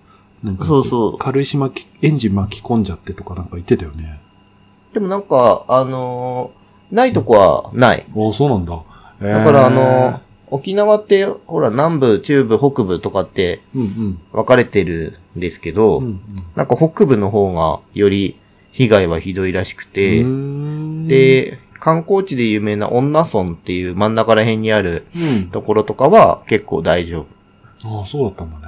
Speaker 1: なんか、
Speaker 2: そうそう
Speaker 1: 軽石巻き、エンジン巻き込んじゃってとかなんか言ってたよね。
Speaker 2: でもなんか、あのーないとこはない。
Speaker 1: ああ、そうなんだ。えー
Speaker 2: だからあのー、沖縄って、ほら、南部、中部、北部とかって
Speaker 1: うんうん。
Speaker 2: 分かれてるんですけど、
Speaker 1: うんうん
Speaker 2: なんか北部の方がより被害はひどいらしくて、
Speaker 1: うーん、
Speaker 2: で、観光地で有名な女村っていう真ん中ら辺にある
Speaker 1: うん。
Speaker 2: ところとかは結構大丈
Speaker 1: ああ、そうだったんだね。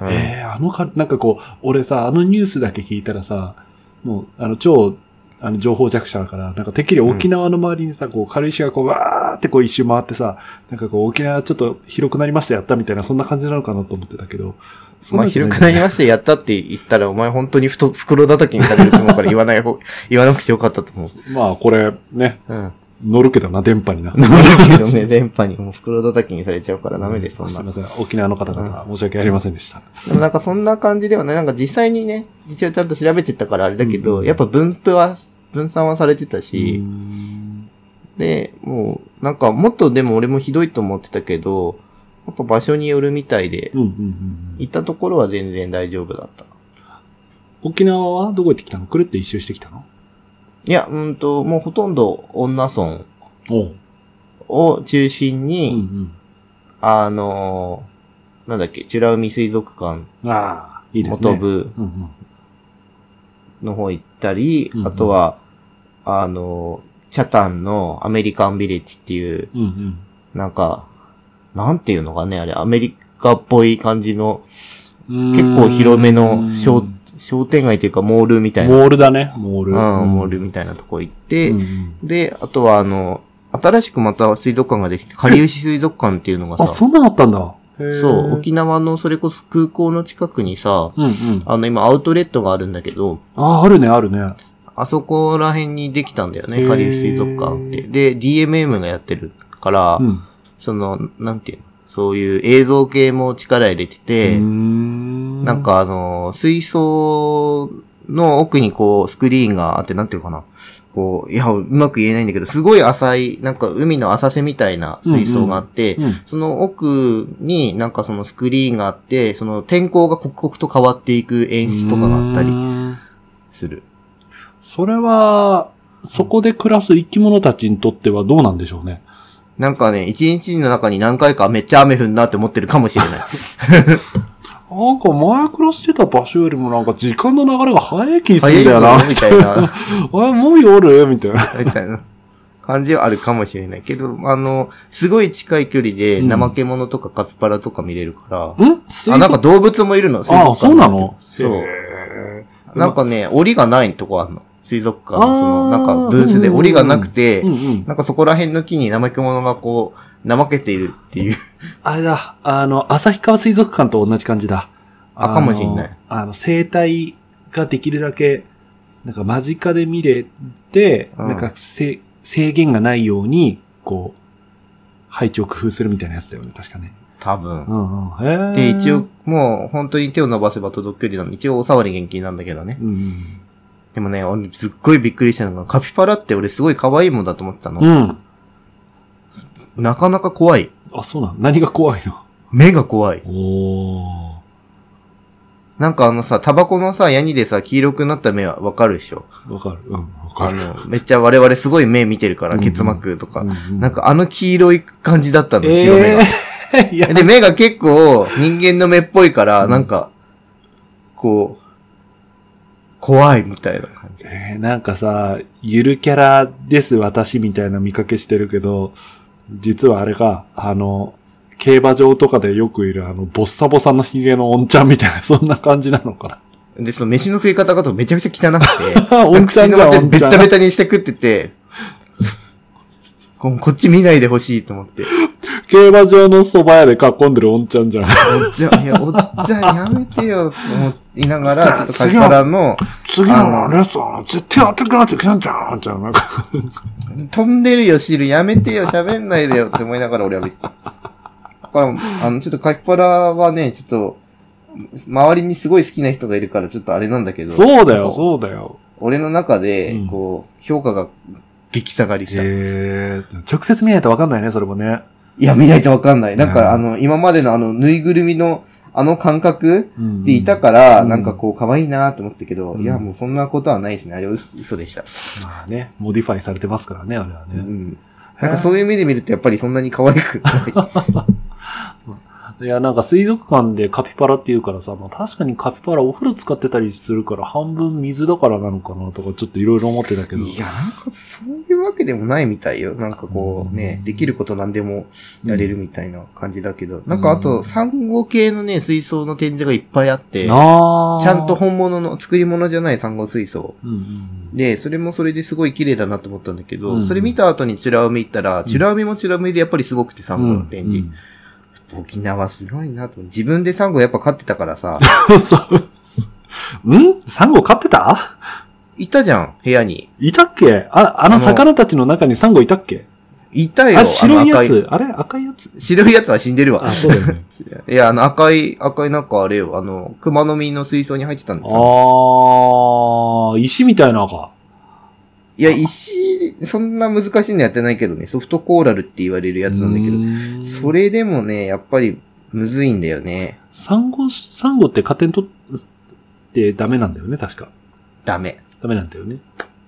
Speaker 2: 夫。うん
Speaker 1: ええあのか、なんかこう、俺さ、あのニュースだけ聞いたらさ、もう、あの、超、あの、情報弱者だから、なんかてっきり沖縄の周りにさ、こう、軽石がこう、わーってこう一周回ってさ、なんかこう、沖縄ちょっと広くなりましたやったみたいな、そんな感じなのかなと思ってたけど。そん
Speaker 2: まあ、
Speaker 1: んじゃい
Speaker 2: 広くなりましてやったって言ったら、お前本当にふと、袋叩きにされると思うから言わない方、 言わなくてよかったと思う。
Speaker 1: まあ、これ、ね、
Speaker 2: うん。
Speaker 1: 乗るけどな、電波に な。
Speaker 2: なるけどね、電波に。もう袋叩きにされちゃうからダメです、そん
Speaker 1: すい
Speaker 2: な。
Speaker 1: ません。沖縄の方々、申し訳ありませんでした。
Speaker 2: でもなんかそんな感じではね、なんか実際にね、一応ちゃんと調べてったからあれだけど、
Speaker 1: うん
Speaker 2: やっぱ分布は、分散はされてたし、
Speaker 1: うーん
Speaker 2: で、もう、なんかもっとでも俺もひどいと思ってたけど、やっぱ場所によるみたいで
Speaker 1: う、んうんうんうん。
Speaker 2: 行ったところは全然大丈夫だった。
Speaker 1: 沖縄はどこ行ってきたのくるって一周してきたの
Speaker 2: いや、うんと、もうほとんど女村
Speaker 1: おう。
Speaker 2: を中
Speaker 1: う
Speaker 2: 心
Speaker 1: ん
Speaker 2: に、あのーなんだっけ、チュラ海水族館、
Speaker 1: うん。ああ、いいですね。
Speaker 2: 元部
Speaker 1: うんうん。
Speaker 2: の方行ったり、
Speaker 1: うんうん
Speaker 2: あとは、あのーチャタンのアメリカンビレッジっていう、
Speaker 1: うんうん。
Speaker 2: なんか、なんていうのかね、あれ、アメリカっぽい感じの、
Speaker 1: 結
Speaker 2: 結構広めの
Speaker 1: ショー
Speaker 2: 商商店街というかモールみたいな、
Speaker 1: モールだね、モー
Speaker 2: う
Speaker 1: ル。
Speaker 2: ん、モールみたいなとこ行って、
Speaker 1: うんうん
Speaker 2: で、あとはあの、新しくまた水族館ができて、かりゆし水族館っていうのが
Speaker 1: あ、
Speaker 2: さ、
Speaker 1: そんなのあったんだ。
Speaker 2: そう、
Speaker 1: 縄。
Speaker 2: 沖縄のそれこそ空港の近くにさ、
Speaker 1: うんうん。
Speaker 2: あの今アウトレットがあるんだけど、
Speaker 1: あ、あるね、あるね。
Speaker 2: あそこら辺にできたんだよ
Speaker 1: へ
Speaker 2: ね、
Speaker 1: ー
Speaker 2: カリウス水族館って。で、DMM がやってるから、
Speaker 1: うん。
Speaker 2: その、なんていうの、そういう映像系も力入れてて、
Speaker 1: な
Speaker 2: なん、かあの、水槽の奥にこう、スクリーンがあって、なんていうのかな。こう、いや、うまく言えないんだけど、すごい浅い、なんか海の浅瀬みたいな水槽があって、
Speaker 1: うん。
Speaker 2: その奥になんかそのスクリーンがあって、その天候が刻々と変わっていく演出とかがあった
Speaker 1: う
Speaker 2: り
Speaker 1: ーん
Speaker 2: する。
Speaker 1: それは、そこで暮らす生き物たちにとってはどうなんでしょうね。
Speaker 2: なんかね、一日の中に何回かめっちゃ雨降んなって思ってるかもしれない。
Speaker 1: なんか前暮らしてた場所よりもなんか時間の流れが 早い気するんだよ
Speaker 2: 早
Speaker 1: な。
Speaker 2: いぞみたいな。
Speaker 1: あれ、もう夜みたいな。
Speaker 2: みたいな感じはあるかもしれないけど、あの、すごい近い距離で
Speaker 1: うん
Speaker 2: 怠け者とかカピバラとか見れるから、
Speaker 1: ん水
Speaker 2: あ、なん
Speaker 1: 族
Speaker 2: か動物もいるの、水
Speaker 1: ああ、
Speaker 2: 族
Speaker 1: そうな
Speaker 2: 館
Speaker 1: の
Speaker 2: そう。
Speaker 1: へー
Speaker 2: なんかね、檻がないとこあんの。水族館のそ
Speaker 1: あー
Speaker 2: の、なんかブースで
Speaker 1: うんうんうん
Speaker 2: 檻がなくて、
Speaker 1: うんうん。
Speaker 2: なんかそこら辺の木に怠け者がこう、怠けているっ ていう。
Speaker 1: あれだ、あの、旭川水族館と同じ感じだ。
Speaker 2: あ
Speaker 1: の
Speaker 2: かもしんない。
Speaker 1: あの、生態ができるだけ、なんか間近で見れて、
Speaker 2: うん
Speaker 1: なんかせ制限がないように、こう、配置を工夫するみたいなやつだよね、確かね。
Speaker 2: 多分。
Speaker 1: うんうん。へー
Speaker 2: で、一応、、もう本当に手を伸ばせば届く距離なの。一応お触り厳禁なんだけどね。
Speaker 1: うん
Speaker 2: でもね、俺すっごいびっくりしたのが、カピバラって俺すごい可愛いもんだと思ってたの。
Speaker 1: うん。うん。
Speaker 2: なかなか怖い。
Speaker 1: あ、そうなの何が怖いの
Speaker 2: 目が怖い。
Speaker 1: おー。
Speaker 2: なんかあのさ、タバコのさ、ヤニでさ、黄色くなった目はわかるでしょ。
Speaker 1: わかる。うん、わか
Speaker 2: あ
Speaker 1: る。
Speaker 2: の、めっちゃ我々すごい目見てるか
Speaker 1: う
Speaker 2: ら、
Speaker 1: ん
Speaker 2: 結膜とか。
Speaker 1: う
Speaker 2: なん、かあの黄色い感じだったの、白目
Speaker 1: え
Speaker 2: が。
Speaker 1: え ー、いや、
Speaker 2: で、目が結構人間の目っぽいから、
Speaker 1: うん
Speaker 2: なんか、こう、怖いみたいな感じ。
Speaker 1: えーなんかさ、ゆるキャラです私みたいな見かけしてるけど、実はあれか、あの、競馬場とかでよくいるあの、ボッサボサのヒゲのおんちゃんみたいな、 そんな感じなのか
Speaker 2: で、その飯の食い方がとめちゃくちゃ汚くて。
Speaker 1: な。おんちゃんじゃん、
Speaker 2: 口
Speaker 1: お
Speaker 2: の中
Speaker 1: ん
Speaker 2: ベ
Speaker 1: ちゃ
Speaker 2: ッ
Speaker 1: ん
Speaker 2: タ。ベタにして食ってて、こうこっち見ないでほしいと思って。
Speaker 1: 競馬場の蕎麦屋で囲んでるおんちゃんじゃん。
Speaker 2: おっちゃん、いや、おっちゃんやめてよ、と思いなが
Speaker 1: さ
Speaker 2: ら、
Speaker 1: あ
Speaker 2: ちょっとカピバラの、
Speaker 1: 次
Speaker 2: の
Speaker 1: レストラン、絶対当てくなきゃいけないじゃん、おんちゃん。なんか、
Speaker 2: 飛んでるよ、汁、やめてよ、喋んないでよ、って思いながら俺は見てた。だからあの、ちょっとカピバラはね、ちょっと、周りにすごい好きな人がいるから、ちょっとあれなんだけど。
Speaker 1: そうだ
Speaker 2: なん
Speaker 1: よ、
Speaker 2: か
Speaker 1: そうだよ。
Speaker 2: 俺の中で
Speaker 1: うん、
Speaker 2: こう、評価が激下がりした。
Speaker 1: へ
Speaker 2: い
Speaker 1: え、直接見ないとわかんないね、それもね。
Speaker 2: や、見ないとわかんない。なん
Speaker 1: うん
Speaker 2: か、あの、今までのあの、ぬいぐるみの、あの感覚
Speaker 1: うん
Speaker 2: でいたから、
Speaker 1: うん
Speaker 2: なんかこう、可愛いなと思ったけど、
Speaker 1: うん
Speaker 2: いや、もうそんなことはないですね。あれは嘘嘘でした。
Speaker 1: まあね、モディファイされてますからね、あれは
Speaker 2: う
Speaker 1: ね。
Speaker 2: ん。なんかそういう目で見ると、やっぱりそんなに可愛くない。
Speaker 1: いや、なんか水族館でカピバラって言うからさ、まあ確かにカピバラお風呂使ってたりするから半分水だからなのかなとかちょっといろいろ思ってたけど。
Speaker 2: いや、なんかそういうわけでもないみたいよ。なんかこうね
Speaker 1: う、ん
Speaker 2: できること何でもやれるみたいな感じだけど。なんかあ
Speaker 1: うん
Speaker 2: と、産後系のね、水槽の展示がいっぱいあって、ちゃ
Speaker 1: なあ
Speaker 2: んと、本物の、作り物じゃない産後水槽。
Speaker 1: うんうん
Speaker 2: で、それもそれですごい綺麗だなと思ったんだけど、
Speaker 1: うん
Speaker 2: それ見た後にチュラウミ行ったら、
Speaker 1: ん
Speaker 2: チュラウミもチュラウミでやっぱりすごくて、
Speaker 1: う
Speaker 2: 産
Speaker 1: ん。
Speaker 2: 後の展示。沖縄すごいなと。自分でサンゴやっぱ飼ってたからさ、
Speaker 1: うんそう。んサンゴ飼ってた
Speaker 2: いたじゃん、部屋に。
Speaker 1: いたっけあ、あの魚たちの中にサンゴいたっけ
Speaker 2: いたよ、
Speaker 1: あ、白い
Speaker 2: あの
Speaker 1: や
Speaker 2: 赤
Speaker 1: つ。あれ赤いやつ
Speaker 2: い。白いやつは死んでるわ
Speaker 1: あ、。そうだよ ね。
Speaker 2: いや、あの、赤い、赤いなんかあれよ、あの、熊の実の水槽に入ってたんですよ。
Speaker 1: ああ、石みたいなのか。
Speaker 2: いや、石、そんな難しいのやってないけどね、ソフトコーラルって言われるやつなんだけど、
Speaker 1: ど
Speaker 2: それでもね、やっぱり、むずいんだよね。
Speaker 1: サンゴ、サンゴって加点取ってダメなんだよね、確か。
Speaker 2: ダメ。
Speaker 1: ダメなんだよね。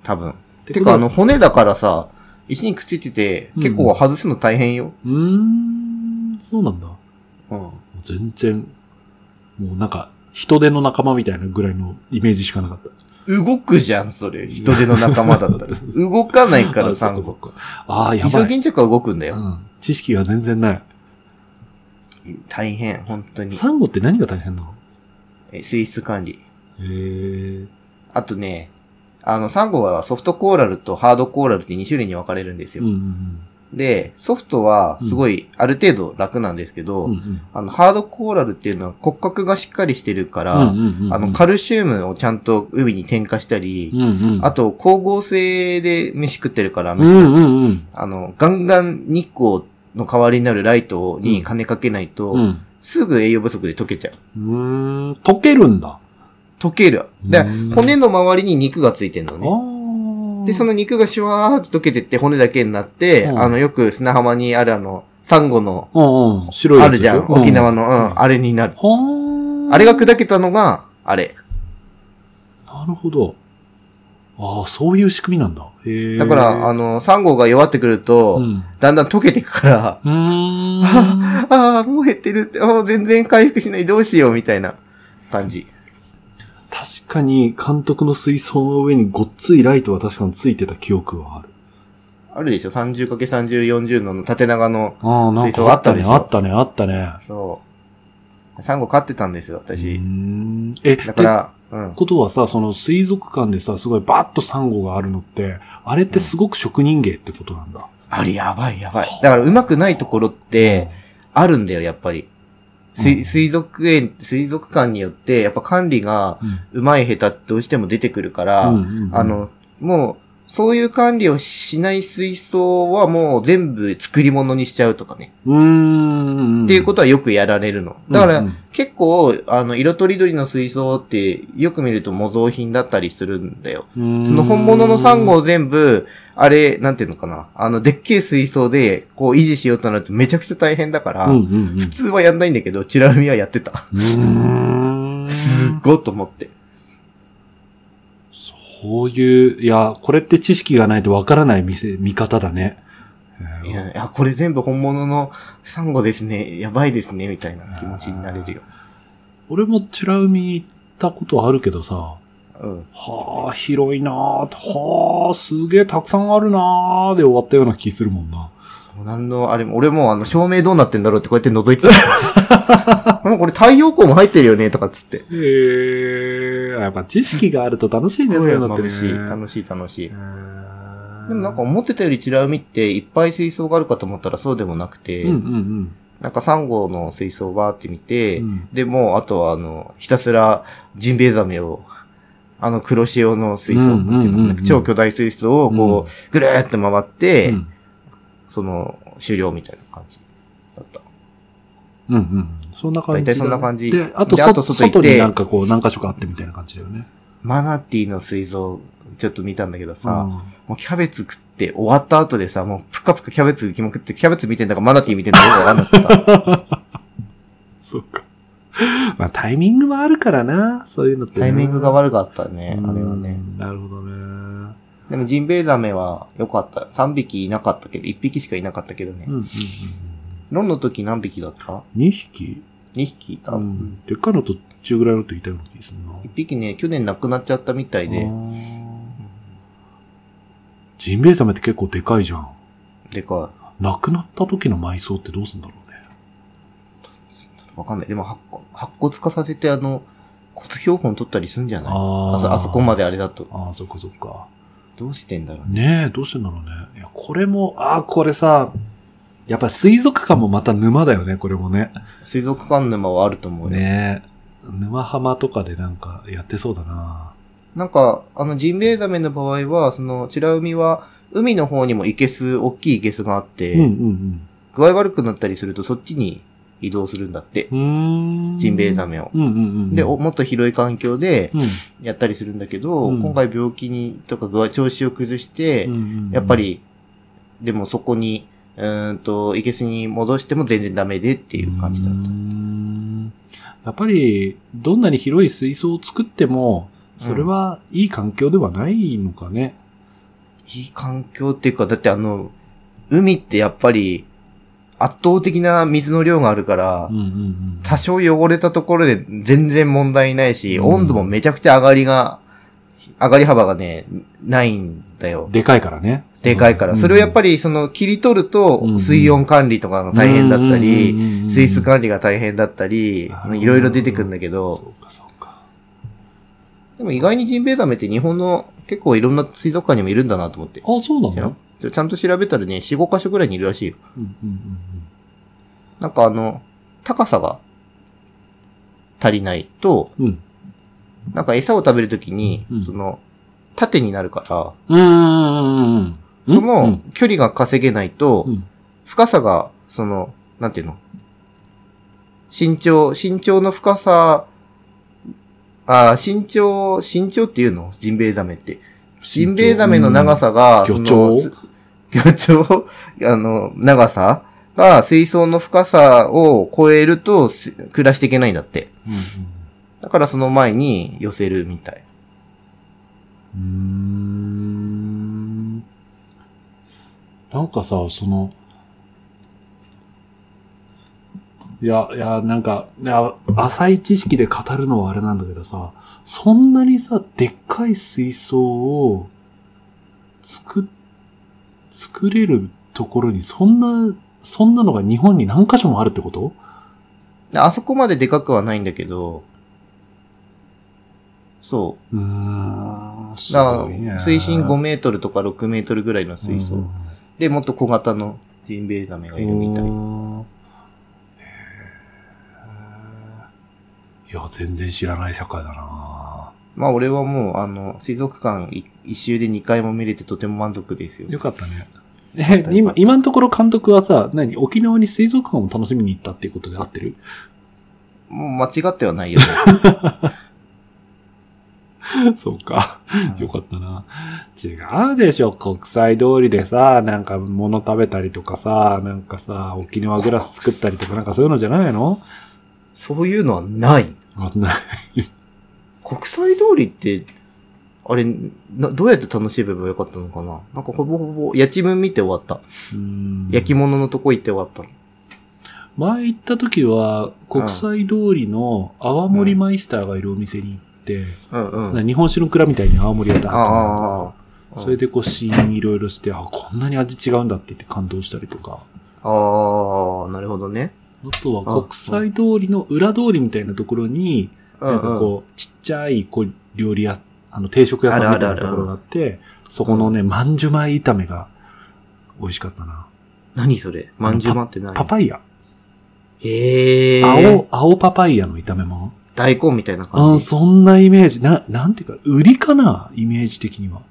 Speaker 2: 多分。
Speaker 1: て
Speaker 2: てか、あの、、骨だからさ、石にくっついてて、
Speaker 1: うん
Speaker 2: 結構外すの大変よ。
Speaker 1: うーん、そうなんだ。
Speaker 2: うん。
Speaker 1: 全然、もうなんか、人手の仲間みたいなぐらいのイメージしかなかった。
Speaker 2: 動くじゃん、それ。人手の仲間 だったら。動かないから、サン
Speaker 1: あそっか
Speaker 2: ゴ。
Speaker 1: そっかあー、
Speaker 2: イ
Speaker 1: や
Speaker 2: ソ
Speaker 1: ばい。
Speaker 2: ギンチャクは動くんだよ。
Speaker 1: うん。知識が全然ない。
Speaker 2: 大変、本当に。
Speaker 1: サンゴって何が大変なの
Speaker 2: え水質管理。
Speaker 1: へー。
Speaker 2: あとね、あの、サンゴはソフトコーラルとハードコーラルって2種類に分かれるんです
Speaker 1: う
Speaker 2: よ。
Speaker 1: んうん
Speaker 2: で、ソフトはすごい、ある程度楽なんですけど、
Speaker 1: うんうん
Speaker 2: あの、ハードコーラルっていうのは骨格がしっかりしてるから、
Speaker 1: うんうんうんうん
Speaker 2: あの、カルシウムをちゃんと海に添加したり、
Speaker 1: うんうん。
Speaker 2: あと、光合成で飯食ってるから、あ
Speaker 1: う
Speaker 2: の
Speaker 1: ん
Speaker 2: 人たち
Speaker 1: うんうん。
Speaker 2: あの、ガンガン日光の代わりになるライトに金かけないと、
Speaker 1: うん。
Speaker 2: すぐ栄養不足で溶けちゃう。
Speaker 1: うーん、溶けるんだ。
Speaker 2: 溶ける。で
Speaker 1: うん、
Speaker 2: 骨の周りに肉がついてるのね。
Speaker 1: あ
Speaker 2: で、そ
Speaker 1: の、
Speaker 2: の肉がシュワーっと溶けてって骨だけになって、
Speaker 1: うん
Speaker 2: あの、よく砂浜にあるあの、サンゴの、
Speaker 1: うんうん、白い
Speaker 2: あ
Speaker 1: やつ
Speaker 2: る
Speaker 1: で
Speaker 2: じ
Speaker 1: しょ
Speaker 2: ゃん。沖縄
Speaker 1: うん
Speaker 2: の、うん、あれになる。
Speaker 1: はー
Speaker 2: あれが砕けたのが、あれ。
Speaker 1: なるほど。ああ、そういう仕組みなんだ。へえ。
Speaker 2: だから、あ
Speaker 1: の、
Speaker 2: の、サンゴが弱ってくる
Speaker 1: う
Speaker 2: と、
Speaker 1: ん。
Speaker 2: だんだん溶けていくから、
Speaker 1: う ーん。
Speaker 2: ああ、もう減ってるって、ああ、全然回復しない、どうしよう、みたいな感じ。
Speaker 1: 確かに、監督の水槽の上にごっついライトは確かについてた記憶はある。
Speaker 2: あるでしょ ?30×30、40の縦長の。
Speaker 1: ああ、なん
Speaker 2: 水
Speaker 1: か
Speaker 2: 槽
Speaker 1: あ
Speaker 2: あ
Speaker 1: っ
Speaker 2: った
Speaker 1: た
Speaker 2: で
Speaker 1: ね、
Speaker 2: しょ
Speaker 1: あったね、あったね。
Speaker 2: そう。サンゴ飼ってたんですよ、
Speaker 1: う
Speaker 2: 私
Speaker 1: ー。ん。え、
Speaker 2: だから、うん
Speaker 1: って。ことはさ、その水族館でさ、すごいバッとサンゴがあるのって、あれってすごく職人芸ってことなんだ。
Speaker 2: あれ、やばい、やばい。だから、うまくないところって、あるんだよ、やっぱり。
Speaker 1: うん
Speaker 2: 水水族園、水族館によって、やっぱ管理が
Speaker 1: うん、
Speaker 2: うまい下手ってどうしても出てくるから、
Speaker 1: うんうんうん
Speaker 2: あ、の、もう、そういう管理をしない水槽はもう全部作り物にしちゃうとかね。
Speaker 1: うーん。
Speaker 2: っていうことはよくやられるの。だから、
Speaker 1: うんうん
Speaker 2: 結構、あの、色とりどりの水槽って、よく見ると模造品だったりするんだよ。
Speaker 1: うーん
Speaker 2: その本物のサンゴを全部、あれ、なんていうのかな。あの、でっけえ水槽で、こう維持しようとなるとめちゃくちゃ大変だから、
Speaker 1: うんうんうん
Speaker 2: 普通はやんないんだけど、チラミはやってた。
Speaker 1: うーん
Speaker 2: すっごいと思って。
Speaker 1: そういう、いや、これって知識がないとわからない見せ、見方だね。
Speaker 2: いや、いやこれ全部本物のサンゴですね。やばいですね、みたいな気持ちになれるよ。
Speaker 1: 俺もチラ海行ったことあるけどさ、
Speaker 2: うん。
Speaker 1: はあ、広いなあはあ、すげえたくさんあるなあで終わったような気するもんな。
Speaker 2: もう何の、あれも、俺もうあの、照明どうなってんだろうってこうやって覗いて た。うんこれ太陽光も入ってるよね、とかっつって。
Speaker 1: へえ、やっぱ知識があると楽しいね、そういうのってね。
Speaker 2: 楽しい、楽しい、楽しい。
Speaker 1: で
Speaker 2: でもなんか、思ってたよりチラ海っていっぱい水槽があるかと思ったらそうでもなくて、
Speaker 1: うんうん
Speaker 2: なんかサンゴの水槽をバーって見て、
Speaker 1: うん
Speaker 2: で、もうあとはあの、ひたすらジンベエザメを、あの黒潮の水槽っていう
Speaker 1: うん
Speaker 2: の、
Speaker 1: うんうんうん
Speaker 2: なんか超巨大水槽をこう、ぐるーって回っ
Speaker 1: う
Speaker 2: て、
Speaker 1: ん。
Speaker 2: その、終了みたいな感じだった。
Speaker 1: うんうん。そんな感じだ。
Speaker 2: 大体そんな感じ
Speaker 1: で、あと
Speaker 2: で
Speaker 1: そ、
Speaker 2: あと外行って
Speaker 1: 外になんかこう、何箇所かあってみたいな感じだよね。
Speaker 2: マナティーの水槽、ちょっと見たんだけどさ、
Speaker 1: うん
Speaker 2: もうキャベツ食って終わった後でさ、もうぷかぷかキャベツ浮きまくって、キャベツ見てんだかマナティー見てんだかよくわかんなく てさ、
Speaker 1: そうか。 まあタイミングもあるからな、そういうのってな。
Speaker 2: タイミングが
Speaker 1: 悪
Speaker 2: 悪かったね、あれはね。。
Speaker 1: なるほどね。
Speaker 2: でもジンベエザメは良かった。3匹いなかったけど、1匹しかいなかったけどね
Speaker 1: うん。うんうん。
Speaker 2: ロンの時何匹だった
Speaker 1: 2匹
Speaker 2: ?2 匹いた。
Speaker 1: う
Speaker 2: うんん。
Speaker 1: でっかいのと中ぐらいのといたような気がするな。
Speaker 2: 1匹ね、去年亡くなっちゃったみたい
Speaker 1: あ
Speaker 2: で、う
Speaker 1: ー
Speaker 2: ん
Speaker 1: ジンベエザメって結構でかいじゃん。
Speaker 2: でか
Speaker 1: 亡くなった時の埋葬ってどうすんだろうね。
Speaker 2: い。わかんない。でも白骨白骨化させて、あの、骨標本取ったりすんじゃない
Speaker 1: あ
Speaker 2: あそあそこ
Speaker 1: で。
Speaker 2: まであれだと。
Speaker 1: ああ、そっかそっか。
Speaker 2: どうしてんだろうね。
Speaker 1: ねえ、どうしてんだろうね。いや、これも、ああ、これさ、やっぱ水族館もまた沼だよね、これもね。
Speaker 2: 水族館沼はあると思うよ。
Speaker 1: ねえ。沼浜とかでなんかやってそうだな。
Speaker 2: なんか、あの、ジンベエザメの場合は、その、チラ海は、海の方にもイケス、大きいイケスがあって、
Speaker 1: ん
Speaker 2: 具合悪くなったりするとそっちに移動するんだって。
Speaker 1: うん。うーん。
Speaker 2: ジンベエザ
Speaker 1: メ。
Speaker 2: メを。
Speaker 1: うんうんうん。
Speaker 2: で、おもっと広い環境で
Speaker 1: うん、
Speaker 2: やったりするんだけど、
Speaker 1: うん
Speaker 2: 今回病気にとか具合調子を崩して、
Speaker 1: うん、
Speaker 2: やっぱ、り、でもそこに、うーんと、いけすに戻しても全然ダメでっていう感じだっ
Speaker 1: うー
Speaker 2: た。
Speaker 1: んやっぱり、どんなに広い水槽を作っても、それはいい環境ではないのかね。
Speaker 2: いい環境っていうか、だってあの、海ってやっぱり圧倒的な水の量があるから、
Speaker 1: うんうんうん。
Speaker 2: 多少汚れたところで全然問題ないし、
Speaker 1: うん
Speaker 2: 温度もめちゃくちゃ上がりが、上がり幅がね、ないんだよ。
Speaker 1: でかいからね。
Speaker 2: でかいから。それをやっぱりその切り取る
Speaker 1: う
Speaker 2: と
Speaker 1: ん
Speaker 2: 水温管理とかが大変だった
Speaker 1: り
Speaker 2: り、水質管理が大変だったり
Speaker 1: なるほど、
Speaker 2: いろいろ出てくるんだけど、
Speaker 1: そうかそうか。
Speaker 2: でも意外にジンベエザメって日本の結構いろんな水族館にもいるんだなと思って。
Speaker 1: あ、そうな
Speaker 2: 知らん
Speaker 1: の
Speaker 2: ちょちゃんと調べたらね、4、5箇所ぐらいにいるらしいよ。
Speaker 1: うんうんうん
Speaker 2: なんかあの、高さが足りないと、
Speaker 1: うん。うん。
Speaker 2: なんか餌を食べるときに、
Speaker 1: うん
Speaker 2: その、縦になるか
Speaker 1: うーん。
Speaker 2: ら、そ
Speaker 1: うん
Speaker 2: の距離が稼げないと、
Speaker 1: うん
Speaker 2: 深さが、その、なんていうの身長、身長の深さ、あー身長、身長っていうのジンベエザメって。ジンベエザメの長。さが、
Speaker 1: うん
Speaker 2: その
Speaker 1: 魚
Speaker 2: す魚長 あの、長さが水槽の深さを超えるとす暮らしていけないんだって。
Speaker 1: うん
Speaker 2: だからその前に寄せるみたい。
Speaker 1: うん。うーんなんかさ、その、いや、いや、なんか、いや浅い知識で語るのはあれなんだけどさ、そんなにさ、でっかい水槽を作、作れるところに、そんな、そんなのが日本に何箇所もあるってこと
Speaker 2: であそこまででかくはないんだけど、そう
Speaker 1: ーん。
Speaker 2: う。
Speaker 1: す
Speaker 2: だか
Speaker 1: ごいね
Speaker 2: ら、水深5メートルとか6メートルぐらいの水槽。で、もっと小型のジンベエザメがいるみた
Speaker 1: う
Speaker 2: い。
Speaker 1: ーんへーいや、全然知らない社会だな
Speaker 2: まあ、俺はもう、あの、水族館い一周で2回も見れてとても満足ですよ。
Speaker 1: よかった ね。え、今、今のところ監督はさ、何沖縄に水族館を楽しみに行ったっていうことで合って る
Speaker 2: もう間違ってはな いよね。
Speaker 1: そうか。よかったな。違うでしょ。国際通りでさ、なんか物食べたりとかさ、なんかさ、沖縄グラス作ったりとかなんかそういうのじゃないの
Speaker 2: そういうのはない。
Speaker 1: あんな
Speaker 2: 国際通りって、あれ、などうやって楽しめばよかったのかななんかほぼほぼ、焼き分見て終わった。
Speaker 1: うん
Speaker 2: 焼き物のとこ行って終わったの。
Speaker 1: 前行った時は、国際通りの泡盛マイスターがいるお店に行って、
Speaker 2: うんうん。
Speaker 1: 日本酒の蔵みたいに泡盛屋だ
Speaker 2: ああああああ。
Speaker 1: それでこう試飲いろいろして、あ、こんなに味違うんだって言って感動したりとか。
Speaker 2: ああ、なるほどね。
Speaker 1: あとは国際通りの裏通りみたいなところに、
Speaker 2: う
Speaker 1: なんかこう、ちっちゃいこう料理屋、あの定食屋さんみたいなところがあって、そこのね、まんじゅうまい炒めが美味しかったな。
Speaker 2: 何それまんじゅうまって何
Speaker 1: パパイヤ。
Speaker 2: へえ。
Speaker 1: 青、青パパイヤの炒め物。
Speaker 2: 大根みたいな
Speaker 1: あ
Speaker 2: 感
Speaker 1: ー
Speaker 2: じ。
Speaker 1: そんなイメージ。な、なんていうか、売りかなイメージ的には。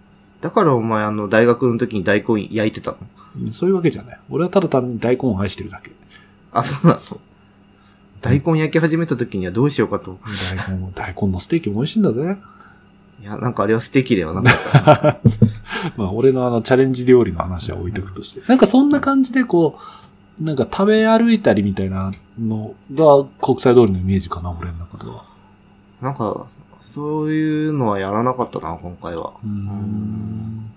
Speaker 2: だからお前あの、大学の時に大根焼いてたの
Speaker 1: うんそういうわけじゃない。俺はただ単に大根を愛してるだけ。
Speaker 2: あ、そうなの
Speaker 1: そう。
Speaker 2: 大根焼き始めた時にはどうしようかと。
Speaker 1: 大根も、大根のステーキも美味しいんだぜ。
Speaker 2: いや、なんかあれはステーキではなかった。
Speaker 1: まあ、俺のあの、チャレンジ料理の話は置いとくとして。なんかそんな感じで、こう、なんか食べ歩いたりみたいなのが国際通りのイメージかな、俺の中では。
Speaker 2: なんか、そういうのはやらなかったな、今回は。
Speaker 1: うーん。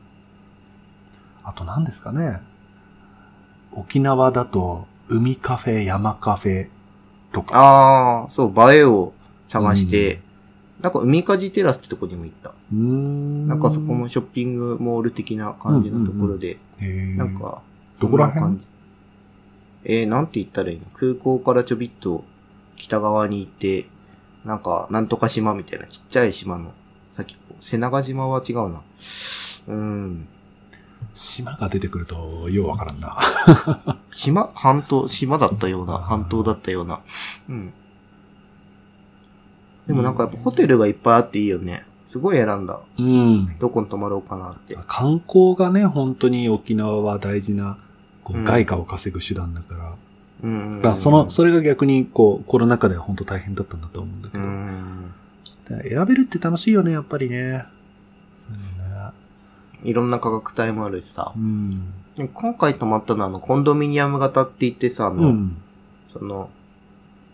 Speaker 1: あと何ですかね。沖縄だと、海カフェ、山カフェとか。
Speaker 2: ああ、そう、映えを探して、なんか海かじテラスってとこにも行った。
Speaker 1: うーん。
Speaker 2: なんかそこもショッピングモール的な感じのところで、
Speaker 1: へー、
Speaker 2: なんか、
Speaker 1: どこら辺
Speaker 2: そんな感じえー、なんて言ったらいいの空港からちょびっと北側に行って、なんか、なんとか島みたいなちっちゃい島の、さっき、瀬長島は違うな。うーん。
Speaker 1: 島が出てくると、ようわからんな。
Speaker 2: 島半島、島だったような、半島だったような。うん。でもなんかやっぱホテルがいっぱいあっていいよね。すごい選んだ。
Speaker 1: うん。
Speaker 2: どこに泊まろうかなって。
Speaker 1: 観光がね、本当に沖縄は大事な、こ
Speaker 2: う
Speaker 1: う、
Speaker 2: ん
Speaker 1: 外貨を稼ぐ手段だから。
Speaker 2: うんうんうん。
Speaker 1: だからその、それが逆に、こう、コロナ禍では本当大変だったんだと思うんだけ
Speaker 2: う
Speaker 1: ど。
Speaker 2: ん。
Speaker 1: だから選べるって楽しいよね、やっぱりね。
Speaker 2: いろんな価格帯もあるしさ
Speaker 1: う。ん。
Speaker 2: でも今回泊まったのはあの、コンドミニアム型って言ってさ、あ
Speaker 1: うん。う
Speaker 2: の、
Speaker 1: ん
Speaker 2: その、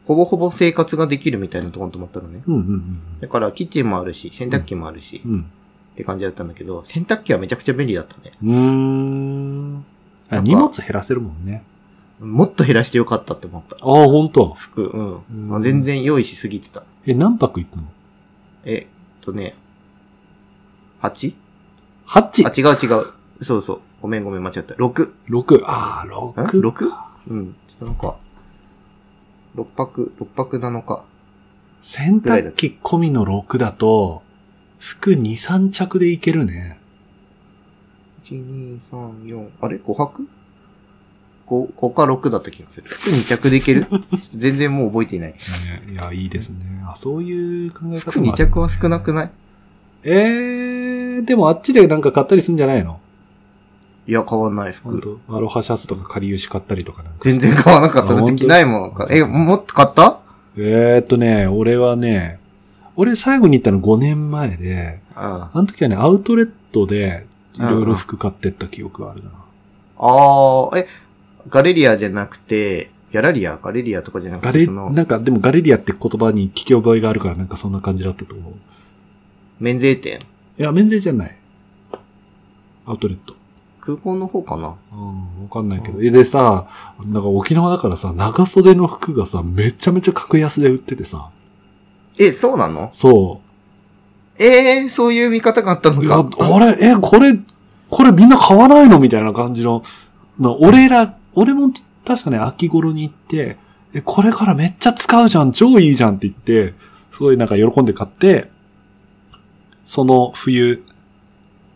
Speaker 2: ほぼほぼ生活ができるみたいなところに泊まったのね。
Speaker 1: うんうん
Speaker 2: だから、キッチンもあるし、洗濯機もあるし、
Speaker 1: う
Speaker 2: っ
Speaker 1: ん。
Speaker 2: て感じだったんだけど、洗濯機はめちゃくちゃ便利だったね。
Speaker 1: うん。うーん。あ荷物減らせるもんね。
Speaker 2: もっと減らしてよかったって思った。
Speaker 1: ああ、本当
Speaker 2: 服、うん。
Speaker 1: うん
Speaker 2: まあ全然用意しすぎてた。
Speaker 1: え、何泊行くの
Speaker 2: えっとね、8?
Speaker 1: ハッチ
Speaker 2: あ、違う違う。そうそう。ごめんごめん、間違った。6。
Speaker 1: !6。ああ、
Speaker 2: ん
Speaker 1: 6。
Speaker 2: ?6? うん。ちょっとなんか、6泊、6泊7日。
Speaker 1: 洗濯機込みの6だと、服2、3着でいけるね。
Speaker 2: 1、2、3、4。あれ ?5 泊 ?5、5か6だった気がする。普通2着でいける ちょっと全然もう覚えていない。
Speaker 1: ねいや、いいですね。あ、そういう考え方
Speaker 2: 服2
Speaker 1: ある
Speaker 2: 着は少なくない
Speaker 1: えー、でもあっちでなんか買ったりするんじゃないの
Speaker 2: いや、変わんない
Speaker 1: 本
Speaker 2: 服。
Speaker 1: 当アロハシャツとか仮牛買ったりとかなんか。
Speaker 2: 全然買わなかった。
Speaker 1: あ
Speaker 2: だって着ないもんなんか。え、もっと買った
Speaker 1: えーっとね、俺はね、俺最後に行ったの5年前で、
Speaker 2: あ
Speaker 1: あの時はね、アウトレットで、いろいろ服買ってった記憶があるな。
Speaker 2: あー、え、ガレリアじゃなくて、ギャラリアガレリアとかじゃなく
Speaker 1: ガ
Speaker 2: て、
Speaker 1: レ、
Speaker 2: その、
Speaker 1: なんかでもガレリアって言葉に聞き覚えがあるからなんかそんな感じだったと思う。
Speaker 2: 免税店。
Speaker 1: いや、免税じゃない。アウトレット。
Speaker 2: 空港の方かな
Speaker 1: うん、わかんないけど。えでさ、なんか沖縄だからさ、長袖の服がさ、めちゃめちゃ格安で売っててさ、
Speaker 2: え、そうなの
Speaker 1: そ
Speaker 2: えー、そういう見方があったの
Speaker 1: う。いや、
Speaker 2: か。
Speaker 1: あれ、え、これ、これみんな買わないのみたいな感じの、の俺ら、俺も確かね、秋頃に行って、え、これからめっちゃ使うじゃん、超いいじゃんって言って、すごいなんか喜んで買って、その冬、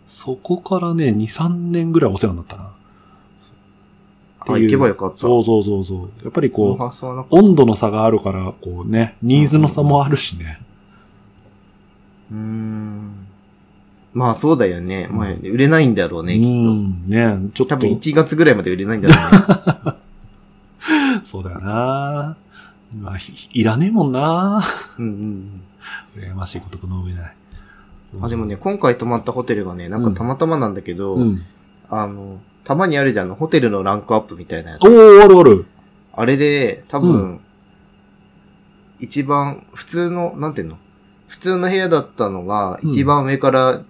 Speaker 1: そこからね、2、3年ぐらいお世話になったな。
Speaker 2: あ、行けばよかった。
Speaker 1: そうそうそうそう。やっぱり
Speaker 2: この
Speaker 1: こう、
Speaker 2: 発想はなかった
Speaker 1: 温度の差があるから、こうね、ニーズの差もあるしね。
Speaker 2: うーん。まあそうだよね。まあ売れないんだろう
Speaker 1: う
Speaker 2: ね、きっ
Speaker 1: ん、ね、ちょっ
Speaker 2: と。多
Speaker 1: と。
Speaker 2: 分1月ぐらいまで売れないんだろうね。
Speaker 1: そうだよな。まあ、ひいらねえもんな。
Speaker 2: うんうん
Speaker 1: 羨ましいことこの上ない。
Speaker 2: うん。あ、でもね、今回泊まったホテルがね、なんかたまたまなんだけど、
Speaker 1: うん。
Speaker 2: あの、たまにあるじゃん、あのホテルのランクアップみたいなやつ
Speaker 1: お。ー、あるある。
Speaker 2: あれで、多
Speaker 1: う
Speaker 2: 分、一番、普通の、なんていうの普通の部屋だったのが、
Speaker 1: うん
Speaker 2: 一番上から、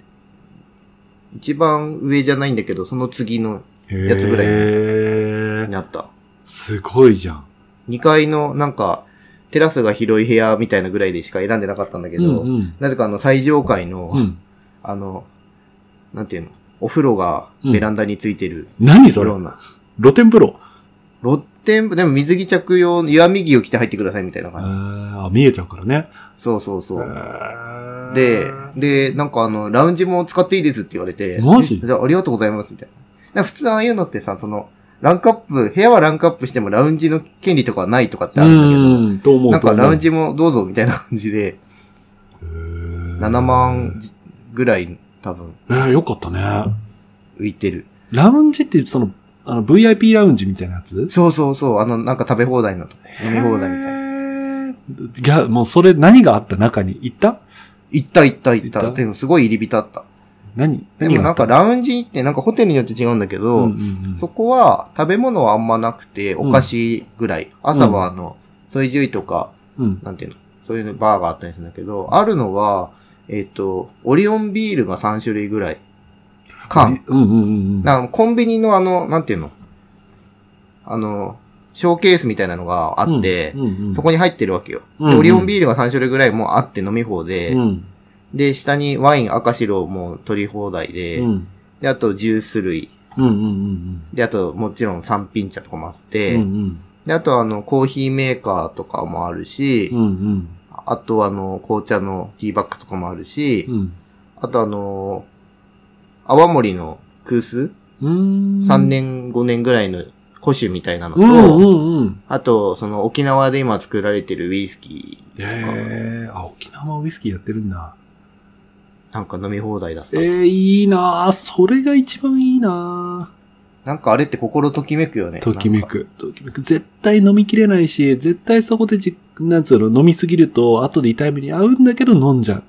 Speaker 2: 一番上じゃないんだけど、その次の
Speaker 1: へ
Speaker 2: やつぐらい
Speaker 1: へ
Speaker 2: に
Speaker 1: え。
Speaker 2: なった。
Speaker 1: すごいじゃん。
Speaker 2: 2階のなんか、テラスが広い部屋みたいなぐらいでしか選んでなかったんだけ
Speaker 1: う
Speaker 2: ど、
Speaker 1: んうん。
Speaker 2: なぜかあの最上階の、
Speaker 1: うん。
Speaker 2: あの、なんていうの、お風呂が
Speaker 1: うん
Speaker 2: ベランダについてる。
Speaker 1: 何そ
Speaker 2: 風
Speaker 1: れ
Speaker 2: 呂な。
Speaker 1: 露天風呂。
Speaker 2: 露天、でも水着着用、湯あみ着を着て入ってくださいみたいな
Speaker 1: え
Speaker 2: 感じ。
Speaker 1: ーあ、見えちゃうからね。
Speaker 2: そうそうそう。
Speaker 1: う
Speaker 2: で、で、なんかあの、ラウンジも使っていいですって言われて。
Speaker 1: マジ
Speaker 2: えじゃあ、ありがとうございます、みたいな。なんか普通ああいうのってさ、その、ランクアップ、部屋はランクアップしてもラウンジの権利とかはないとかってあるんだけど、
Speaker 1: うん、と思う。
Speaker 2: なんかラウン
Speaker 1: ジ、
Speaker 2: ジもどうぞみたいな感じで、7
Speaker 1: 7
Speaker 2: 万。ぐらい多分
Speaker 1: えー、よかったね。
Speaker 2: 浮いてる。
Speaker 1: ラウンジって、その、あの、VIP ラウンジみたいなやつ
Speaker 2: そうそうそう、あの、なんか食べ放題なの。飲み放題みたいな。
Speaker 1: いな。いや、もうそれ何があった中に行った
Speaker 2: 行った行った行っ
Speaker 1: 行
Speaker 2: た。
Speaker 1: った
Speaker 2: でもすごい入り浸った。
Speaker 1: 何
Speaker 2: で
Speaker 1: 何が
Speaker 2: も
Speaker 1: あ
Speaker 2: なん
Speaker 1: った
Speaker 2: かラウンジってなんかホテルによって違うんだけど、
Speaker 1: うんうんうん
Speaker 2: そこは食べ物はあんまなくて、お菓子ぐらい。朝はあの、ソイジュイとか、
Speaker 1: うん。
Speaker 2: なんていうの、そういうのバーがあったりするんだけど、あるのは、えっ、と、オリオンビールが3種類ぐらい。缶。
Speaker 1: うんうんうんうん。
Speaker 2: なんかコンビニのあの、なんていうのあの、ショーケースみたいなのがあって、
Speaker 1: うんうんうん、
Speaker 2: そこに入ってるわけよ。
Speaker 1: うんう
Speaker 2: で、
Speaker 1: ん
Speaker 2: オリオンビールが3種類ぐらいもうあって飲み放で、
Speaker 1: うん
Speaker 2: で、下にワイン赤白もう取り放題で、
Speaker 1: うん
Speaker 2: で、あとジュース類、
Speaker 1: うんうんうん
Speaker 2: で、あともちろん三品茶とかもあっ
Speaker 1: うん。
Speaker 2: て、
Speaker 1: うんうん
Speaker 2: で、あとあの、コーヒーメーカーとかもあるし、
Speaker 1: うんうん
Speaker 2: あとあの、紅茶のティーバッグとかもあるし、
Speaker 1: うん
Speaker 2: あとあの、泡盛の空数、
Speaker 1: うん。
Speaker 2: ?3 年、5年ぐらいの古酒みたいなのと、
Speaker 1: うんうんうん。
Speaker 2: あと、その沖縄で今作られてるウイスキー
Speaker 1: ええー、あ、沖縄ウイスキーやってるんだ。
Speaker 2: なんか飲み放題だった。
Speaker 1: ええいいなぁ。それが一番いいなぁ。
Speaker 2: なんかあれって心ときめくよね。
Speaker 1: ときめ
Speaker 2: なんか。
Speaker 1: く。ときめく。絶対飲みきれないし、絶対そこでじ、なんつうの、飲みすぎると、後で痛い目に合うんだけど飲んじゃう。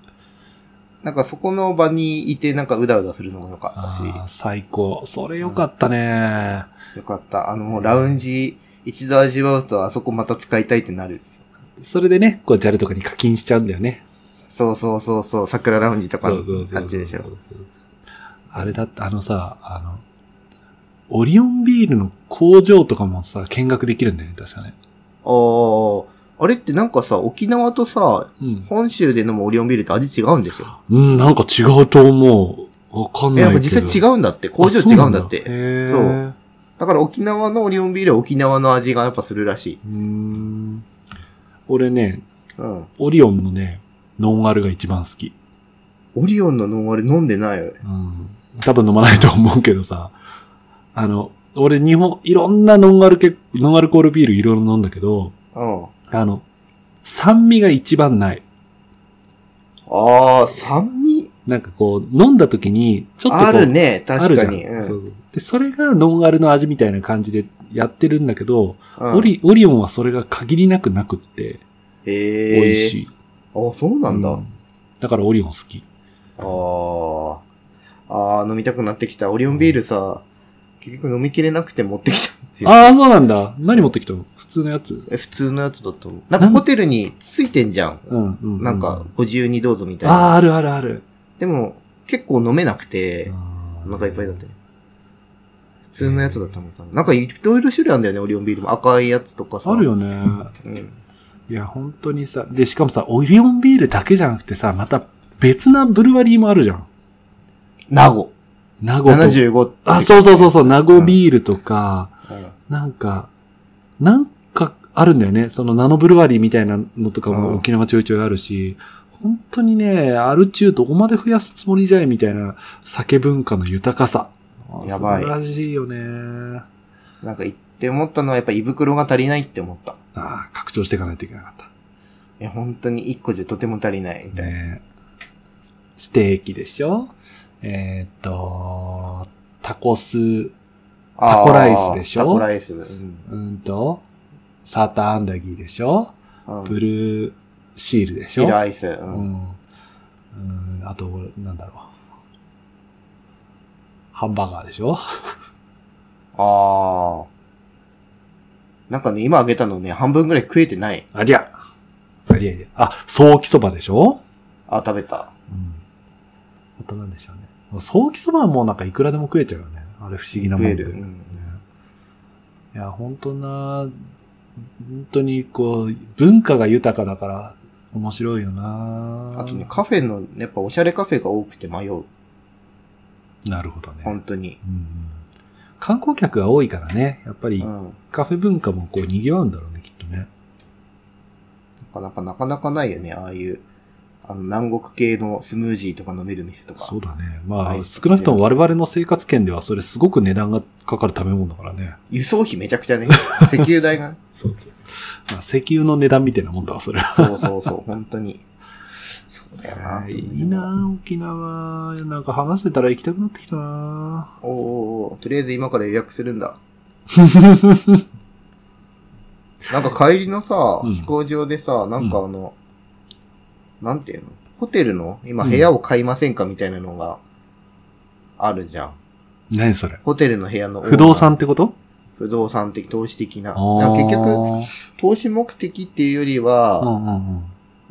Speaker 2: なんかそこの場にいてなんかうだうだするのもよか
Speaker 1: あ
Speaker 2: っ
Speaker 1: あ、最高。それよかったね。
Speaker 2: たし、よかった。あの、もうラウンジ一度味わうとあそこまた使いたいってなる。
Speaker 1: それでね、こう、JAL とかに課金しちゃうんだよね。
Speaker 2: そうそうそうそう、桜ラウンジとか
Speaker 1: そ
Speaker 2: の
Speaker 1: うそうそう
Speaker 2: 感じでしょ。
Speaker 1: あれだって、あのさ、あの、オリオンビールの工場とかもさ、見学できるんだよね、確かね。
Speaker 2: ああ、あれってなんかさ、沖縄とさ、
Speaker 1: うん。
Speaker 2: 本州で飲むオリオンビールって味違うんですよ。
Speaker 1: うん、なんか違うと思う。わかん
Speaker 2: え、
Speaker 1: ない
Speaker 2: なん
Speaker 1: け
Speaker 2: か
Speaker 1: ど。
Speaker 2: 実際違
Speaker 1: う。
Speaker 2: うんだって、工場違うんだって。だ
Speaker 1: へ
Speaker 2: そ
Speaker 1: そうう
Speaker 2: な
Speaker 1: なんん
Speaker 2: だ
Speaker 1: だ。へー
Speaker 2: から沖縄のオリオンビールは沖縄の味がやっぱするらしい。
Speaker 1: うーん。俺ね、
Speaker 2: うん。
Speaker 1: オリオンのね、ノンアルが一番好き。
Speaker 2: オリオンのノンアル飲んでないよ。
Speaker 1: うん。多分飲まないと思うけどさ、あの、俺日本、いろんなノンアルケ、ノンアルコールビールいろいろ飲んだけど、
Speaker 2: うん。
Speaker 1: あの、酸味が一番ない。
Speaker 2: ああ、酸味
Speaker 1: なんかこう、飲んだ時に、ちょっとこう
Speaker 2: あるね、
Speaker 1: あ
Speaker 2: 確
Speaker 1: るじ
Speaker 2: か
Speaker 1: ゃん
Speaker 2: に。うん
Speaker 1: そうで、それがノンアルの味みたいな感じでやってるんだけど、
Speaker 2: うん
Speaker 1: オリ、オリオンはそれが限りなくなくって、
Speaker 2: へえ。
Speaker 1: 美味しい。
Speaker 2: あ、そうなんだ。
Speaker 1: うだからオリオン好き。
Speaker 2: ああ。ああ、飲みたくなってきた。オリオンビールさ、結局飲みきれなくて持ってきたっていう。
Speaker 1: ああ、そうなんだ。何持ってきたの普通のやつ
Speaker 2: え普通のやつだと思う。なんかホテルについてんじゃん。
Speaker 1: うん、うんう。
Speaker 2: なんか、ご自由にどうぞみたい
Speaker 1: ああ、
Speaker 2: な。
Speaker 1: あるあるある。
Speaker 2: でも、結構飲めなくて、お
Speaker 1: お
Speaker 2: 腹いっぱいだったよ。普通のやつだと思った。なんかいろいろ種類あるんだよね、オリオンビールも。赤いやつとかさ。
Speaker 1: あるよね。
Speaker 2: うん。
Speaker 1: いや、本当にさ。で、しかもさ、オリオンビールだけじゃなくてさ、また別なブルワリーもあるじゃん。
Speaker 2: 名護。
Speaker 1: 名護と。
Speaker 2: 75って。
Speaker 1: あ、そうそうそうそう、名護ビールとか、
Speaker 2: うん。
Speaker 1: なんか、なんかあるんだよね。そのナノブルワリーみたいなのとか
Speaker 2: う
Speaker 1: も
Speaker 2: ん
Speaker 1: 沖縄ちょいちょいあるし、本当にね、アル中どこまで増やすつもりじゃいみたいな酒文化の豊かさ。
Speaker 2: やばい
Speaker 1: 素晴らしいよね。
Speaker 2: なんか言って思ったのはやっぱ胃袋が足りないって思った。
Speaker 1: ああ、拡張していかないといけなかった。
Speaker 2: いや、本当に一個じゃとても足りない、みたいな。
Speaker 1: ねステーキでしょえーっと、タコス、
Speaker 2: あー
Speaker 1: タコライスでしょ
Speaker 2: タコライス。うん。
Speaker 1: うんと、サーターアンダギーでしょ
Speaker 2: うん
Speaker 1: ブルーシールでし
Speaker 2: ヒラ
Speaker 1: ょ
Speaker 2: アイス。う。
Speaker 1: うんん。うん、あと、なんだろう。ハンバーガーでしょ
Speaker 2: ああ。なんかね、今あげたのね、半分ぐらい食えてない。
Speaker 1: ありゃ。ありゃりゃ。あ、ソーキそばでしょ
Speaker 2: あ、食べた。
Speaker 1: うん。あとなんでしょうね。もうソーキそばはもうなんかいくらでも食えちゃうよね。あれ不思議なも
Speaker 2: 食
Speaker 1: ん
Speaker 2: え
Speaker 1: で。
Speaker 2: る。うん
Speaker 1: ねいや、本当な、本当にこう、文化が豊かだから面白いよな。
Speaker 2: あとね、カフェの、やっぱおしゃれカフェが多くて迷う。
Speaker 1: なるほどね。
Speaker 2: 本当に。
Speaker 1: うんうん観光客が多いからね、やっぱ
Speaker 2: う
Speaker 1: り
Speaker 2: ん。なん
Speaker 1: カフェ文化もこう賑わうんだろうね、きっとね。
Speaker 2: かなかなかなかないよね、ああいう、あの、南国系のスムージーとか飲める店とか。
Speaker 1: そうだね。ま
Speaker 2: は
Speaker 1: あ、
Speaker 2: い
Speaker 1: 少なくとも我々の生活圏ではそれすごく値段がかかる食べ物だからね。
Speaker 2: 輸送費めちゃくちゃね。 石油代がね。
Speaker 1: そうそうそう。まあ、石油の値段みたいなもんだわ、それは。
Speaker 2: そうそうそう、本当に。そうだよな。
Speaker 1: いいな沖縄。なんか話してたら行きたくなってきたな
Speaker 2: おーおーおーとりあえず今から予約す るんだ。なんか帰りのさ、
Speaker 1: うん
Speaker 2: 飛行場でさ、なんかあの、なんていうのホテルの今部屋を買いませんかみたいなのがあるじゃん。
Speaker 1: 何それ
Speaker 2: ホテルの部屋のオーナー
Speaker 1: 不動産ってこと
Speaker 2: 不動産的、投資的な。
Speaker 1: あ
Speaker 2: なんか
Speaker 1: ー
Speaker 2: 結局、投資目的っていうよりは、
Speaker 1: うんうんうん。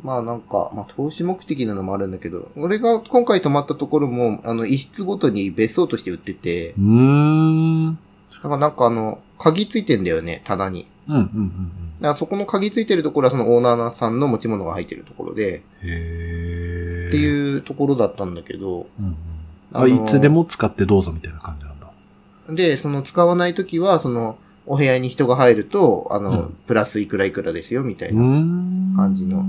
Speaker 2: まあなんか、まあ投資目的なのもあるんだけど、俺が今回泊まったところも、あの、一室ごとに別荘として売ってて、
Speaker 1: うーん。
Speaker 2: だからなんかあの、鍵ついてんだよね、棚に。
Speaker 1: うんうんうんうん。
Speaker 2: だからそこの鍵ついてるところはそのオーナーさんの持ち物が入ってるところで、
Speaker 1: へえ。
Speaker 2: って
Speaker 1: う。
Speaker 2: いうところだったんだけど、
Speaker 1: んうん、あ
Speaker 2: あのー
Speaker 1: いつでも使ってどうぞみたいな感じなんだ。
Speaker 2: で、その使わないときは、その、お部屋に人が入ると、あの、
Speaker 1: うん
Speaker 2: プラスいくらいくらですよ、みたい
Speaker 1: ー
Speaker 2: なん感じの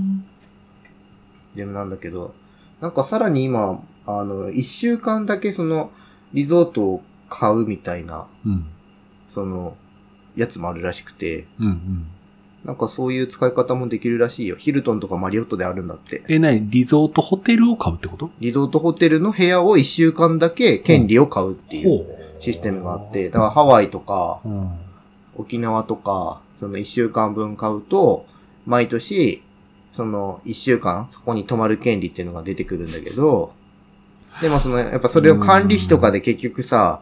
Speaker 2: ゲームなんだけど、なんかさらに今、あの、一週間だけその、リゾートを買うみたいな、
Speaker 1: うん。
Speaker 2: その、やつもあるらしくて、
Speaker 1: うんうん。
Speaker 2: なんかそういう使い方もできるらしいよ。ヒルトンとかマリオットであるんだって。
Speaker 1: え、なにリゾートホテルを買うってこと
Speaker 2: リゾートホテルの部屋を一週間だけ権利を買うっていうシステムがあって、だからハワイとか
Speaker 1: うん。
Speaker 2: 沖縄とか、その一週間分買うと、毎年、その一週間そこに泊まる権利っていうのが出てくるんだけど、でもその、やっぱそれを管理費とかで結局さ、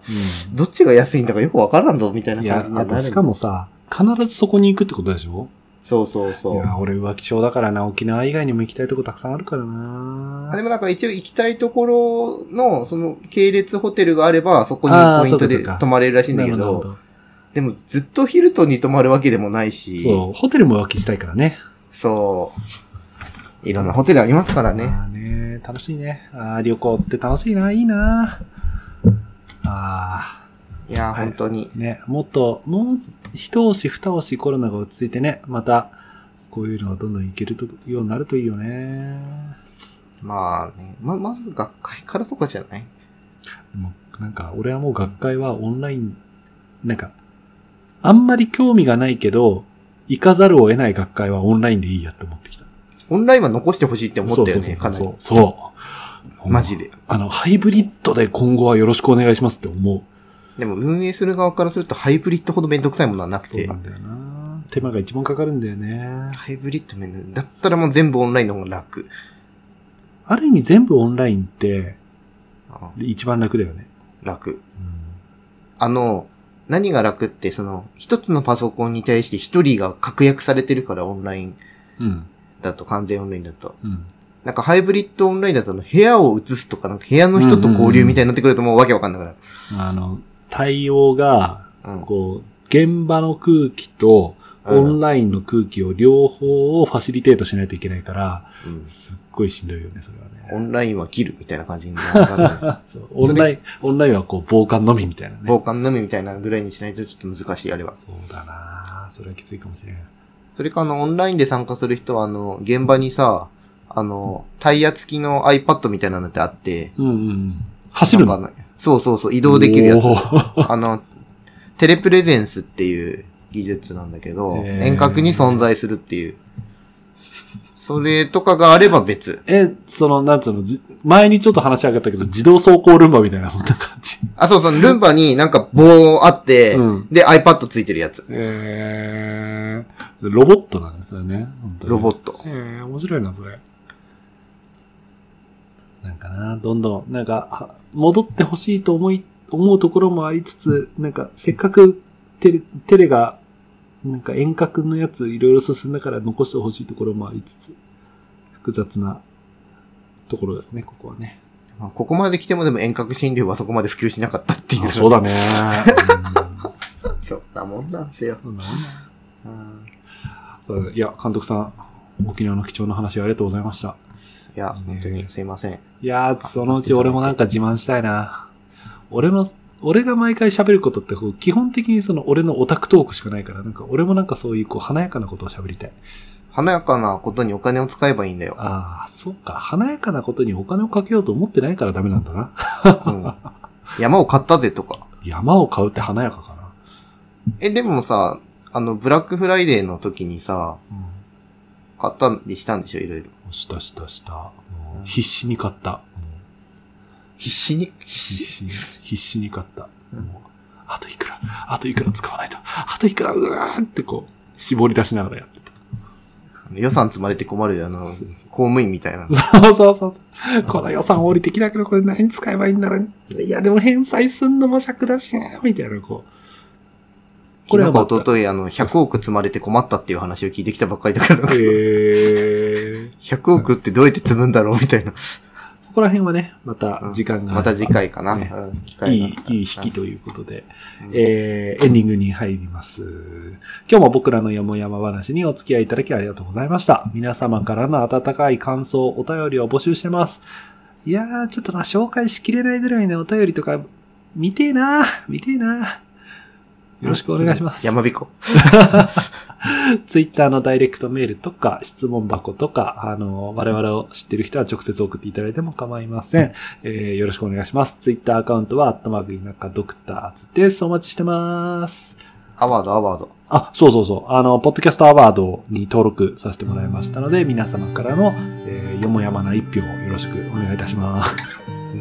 Speaker 2: どっちが安いんだかよくわからんぞみたい
Speaker 1: うん
Speaker 2: ない感
Speaker 1: や
Speaker 2: じに、は
Speaker 1: あ
Speaker 2: な
Speaker 1: と
Speaker 2: る。
Speaker 1: しかもさ、必ずそこに行くってことでしょ
Speaker 2: そうそう
Speaker 1: い
Speaker 2: そう。
Speaker 1: や、俺浮気症だからな、沖縄以外にも行きたいとこたくさんあるからな
Speaker 2: あでもなんか一応行きたいところの、その系列ホテルがあれば、そこにポイント
Speaker 1: あーそうかそう
Speaker 2: で
Speaker 1: か
Speaker 2: 泊まれるらしいんだけ
Speaker 1: なるほ
Speaker 2: ど、
Speaker 1: ど。
Speaker 2: でもずっとヒルトンに泊まるわけでもないし、
Speaker 1: そう、ホテルも浮気したいからね。
Speaker 2: そう。いろんなホテルありますからね。
Speaker 1: まあね、楽しいね。ああ、旅行って楽しいな、いいな。あ
Speaker 2: いやー、
Speaker 1: はい
Speaker 2: 本当に
Speaker 1: あ、。ね、もっと、もう、一押し二押しコロナが落ち着いてね、また、こういうのがどんどんいけるとようになるといいよね。
Speaker 2: まあね、ま、まず学会からとかじゃない
Speaker 1: もうなんか、俺はもう学会はオンライン、なんか、あんまり興味がないけど、行かざるを得ない学会はオンラインでいいやって思ってきた。
Speaker 2: オンラインは残してほしいって思ったよ
Speaker 1: そうそうそ
Speaker 2: ね、
Speaker 1: う
Speaker 2: かなり。
Speaker 1: そう。そう
Speaker 2: マジで。
Speaker 1: あの、ハイブリッドで今後はよろしくお願いしますって思う。
Speaker 2: でも運営する側からするとハイブリッドほどめんどくさいものはなく
Speaker 1: そう
Speaker 2: て
Speaker 1: な、んだよな。手間が一番かかるんだよね。
Speaker 2: ハイブリッドめんどいだったらもう全部オンラインの方が楽。
Speaker 1: ある意味全部オンラインって
Speaker 2: あ
Speaker 1: 一番楽だよね。
Speaker 2: 楽。
Speaker 1: うん
Speaker 2: あの、何が楽って、その、一つのパソコンに対して一人が確約されてるから、オンライン
Speaker 1: うん。
Speaker 2: だと、完全オンラインだと。
Speaker 1: うん。
Speaker 2: なんかハイブリッドオンラインだと、あの部屋を移すとか、なんか部屋の人と交流みたいになってくるともうわけわかんなくなる。
Speaker 1: あの、対応が、
Speaker 2: うん。
Speaker 1: こう、現場の空気と、オンラインの空気を両方をファシリテートしないといけないから、
Speaker 2: うん
Speaker 1: すっごいしんどいよね、それはね。
Speaker 2: オンラインは切るみたいな感じになる。
Speaker 1: そうオンライン、オンラインはこう、傍観のみみたいなね。
Speaker 2: 防寒のみみたいなぐらいにしないとちょっと難しい、あれは。
Speaker 1: そうだなぁそれはきついかもしれない。
Speaker 2: それかあの、オンラインで参加する人は、あの、現場にさ、あの、タイヤ付きの iPad みたいなのってあって、
Speaker 1: うんうんうん。走る
Speaker 2: な
Speaker 1: の
Speaker 2: んかあのそうそうそう、移動できるやつ。
Speaker 1: おー
Speaker 2: あの、テレプレゼンスっていう技術なんだけど、
Speaker 1: へー
Speaker 2: 遠隔に存在するっていう。それとかがあれば別。
Speaker 1: え、その、なんつうの、じ前にちょっと話上がったけど、自動走行ルンバみたいな、そんな感じ。
Speaker 2: あ、そうそう、ルンバになんか棒あって、
Speaker 1: うん
Speaker 2: で iPad ついてるやつ。
Speaker 1: えー、ロボットなんですよね。本当に
Speaker 2: ロボット。
Speaker 1: えー、面白いな、それ。なんかな、どんどん、なんか、は戻ってほしいと思い、思うところもありつつ、なんか、せっかくテレ、テレが、なんか遠隔のやついろいろ進んだから残してほしいところもありつつ、複雑なところですね、ここはね。
Speaker 2: まあここまで来てもでも遠隔診療はそこまで普及しなかったっていう。
Speaker 1: そうだね。
Speaker 2: そんなもんなんですよ。
Speaker 1: うん
Speaker 2: うん
Speaker 1: そうだねいや、監督さん、沖縄の貴重な話ありがとうございました。
Speaker 2: いや、
Speaker 1: いいね
Speaker 2: 本当にすいません。
Speaker 1: いやー、そのうち俺もなんか自慢したいな。俺の、俺が毎回喋ることってこう、基本的にその俺のオタクトークしかないから、なんか俺もなんかそういうこう、華やかなことを喋りたい。
Speaker 2: 華やかなことにお金を使えばいいんだよ。
Speaker 1: ああ、そうか。華やかなことにお金をかけようと思ってないからダメなんだな。
Speaker 2: うん 山を買ったぜとか。
Speaker 1: 山を買うって華やかかな。
Speaker 2: え、でもさ、あの、ブラックフライデーの時にさ、
Speaker 1: う
Speaker 2: 買ったりしたんでしょ、いろいろ。
Speaker 1: ん。したしたした。も
Speaker 2: うん
Speaker 1: う必死に買った。もう
Speaker 2: 必死に。
Speaker 1: 必死に、必死に買った。
Speaker 2: うん
Speaker 1: もうあといくら、あといくら使わないと、あといくら、うわーってこう、絞り出しながらやってた。
Speaker 2: 予算積まれて困るよ、あの、
Speaker 1: そうそ
Speaker 2: 公
Speaker 1: う
Speaker 2: 務員みたいな。
Speaker 1: そうそうそう。この予算降りてきたけど、これ何に使えばいいんだろう。いや、でも返済すんのも尺だしな、みたいな、こう。これは
Speaker 2: 昨日か一昨日あの、100億積まれて困ったっていう話を聞いてきたばっかりだから、
Speaker 1: え ー、
Speaker 2: 100億ってどうやって積むんだろうみたいな。
Speaker 1: ここら辺はね、また
Speaker 2: うん
Speaker 1: 時間が、
Speaker 2: また次回かな。
Speaker 1: ね
Speaker 2: うん機
Speaker 1: い
Speaker 2: 会があっ
Speaker 1: い
Speaker 2: た、ら
Speaker 1: いい引きということで、
Speaker 2: うん
Speaker 1: えー、エンディングに入ります。今日も僕らのよもやま話にお付き合いいただきありがとうございました。皆様からの温かい感想、お便りを募集してます。いやー、ちょっとな、紹介しきれないぐらいのお便りとか、見てえな見てえなよろしくお願いします。
Speaker 2: 山彦。
Speaker 1: ツイッターのダイレクトメールとか、質問箱とか、あの、我々を知ってる人は直接送っていただいても構いません。えーよろしくお願いします。ツイッターアカウントは、アットマークイナカドクターズです。お待ちしてます。
Speaker 2: アワード、アワード。
Speaker 1: あ、そうそうそう。あの、ポッドキャストアワードに登録させてもらいましたので、皆様からの、えーよもやまな一票をよろしくお願いいたします。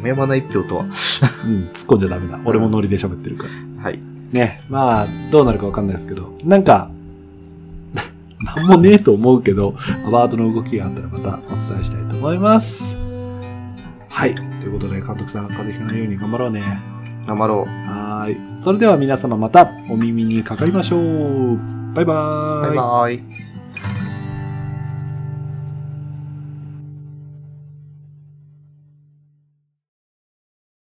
Speaker 2: 山な一票とは。
Speaker 1: うん、突っ込んじゃダメだ。俺もノリで喋ってるから。
Speaker 2: はい。
Speaker 1: ね、まあ、どうなるかわかんないですけど、なんか、 ななんもねえと思うけど、アワードの動きがあったらまたお伝えしたいと思います。はい。ということで、監督さん、風邪ひかないように頑張ろうね。
Speaker 2: 頑張ろう。
Speaker 1: はーい。それでは皆様またお耳にかかりましょう。バイバー
Speaker 2: バイバーイ。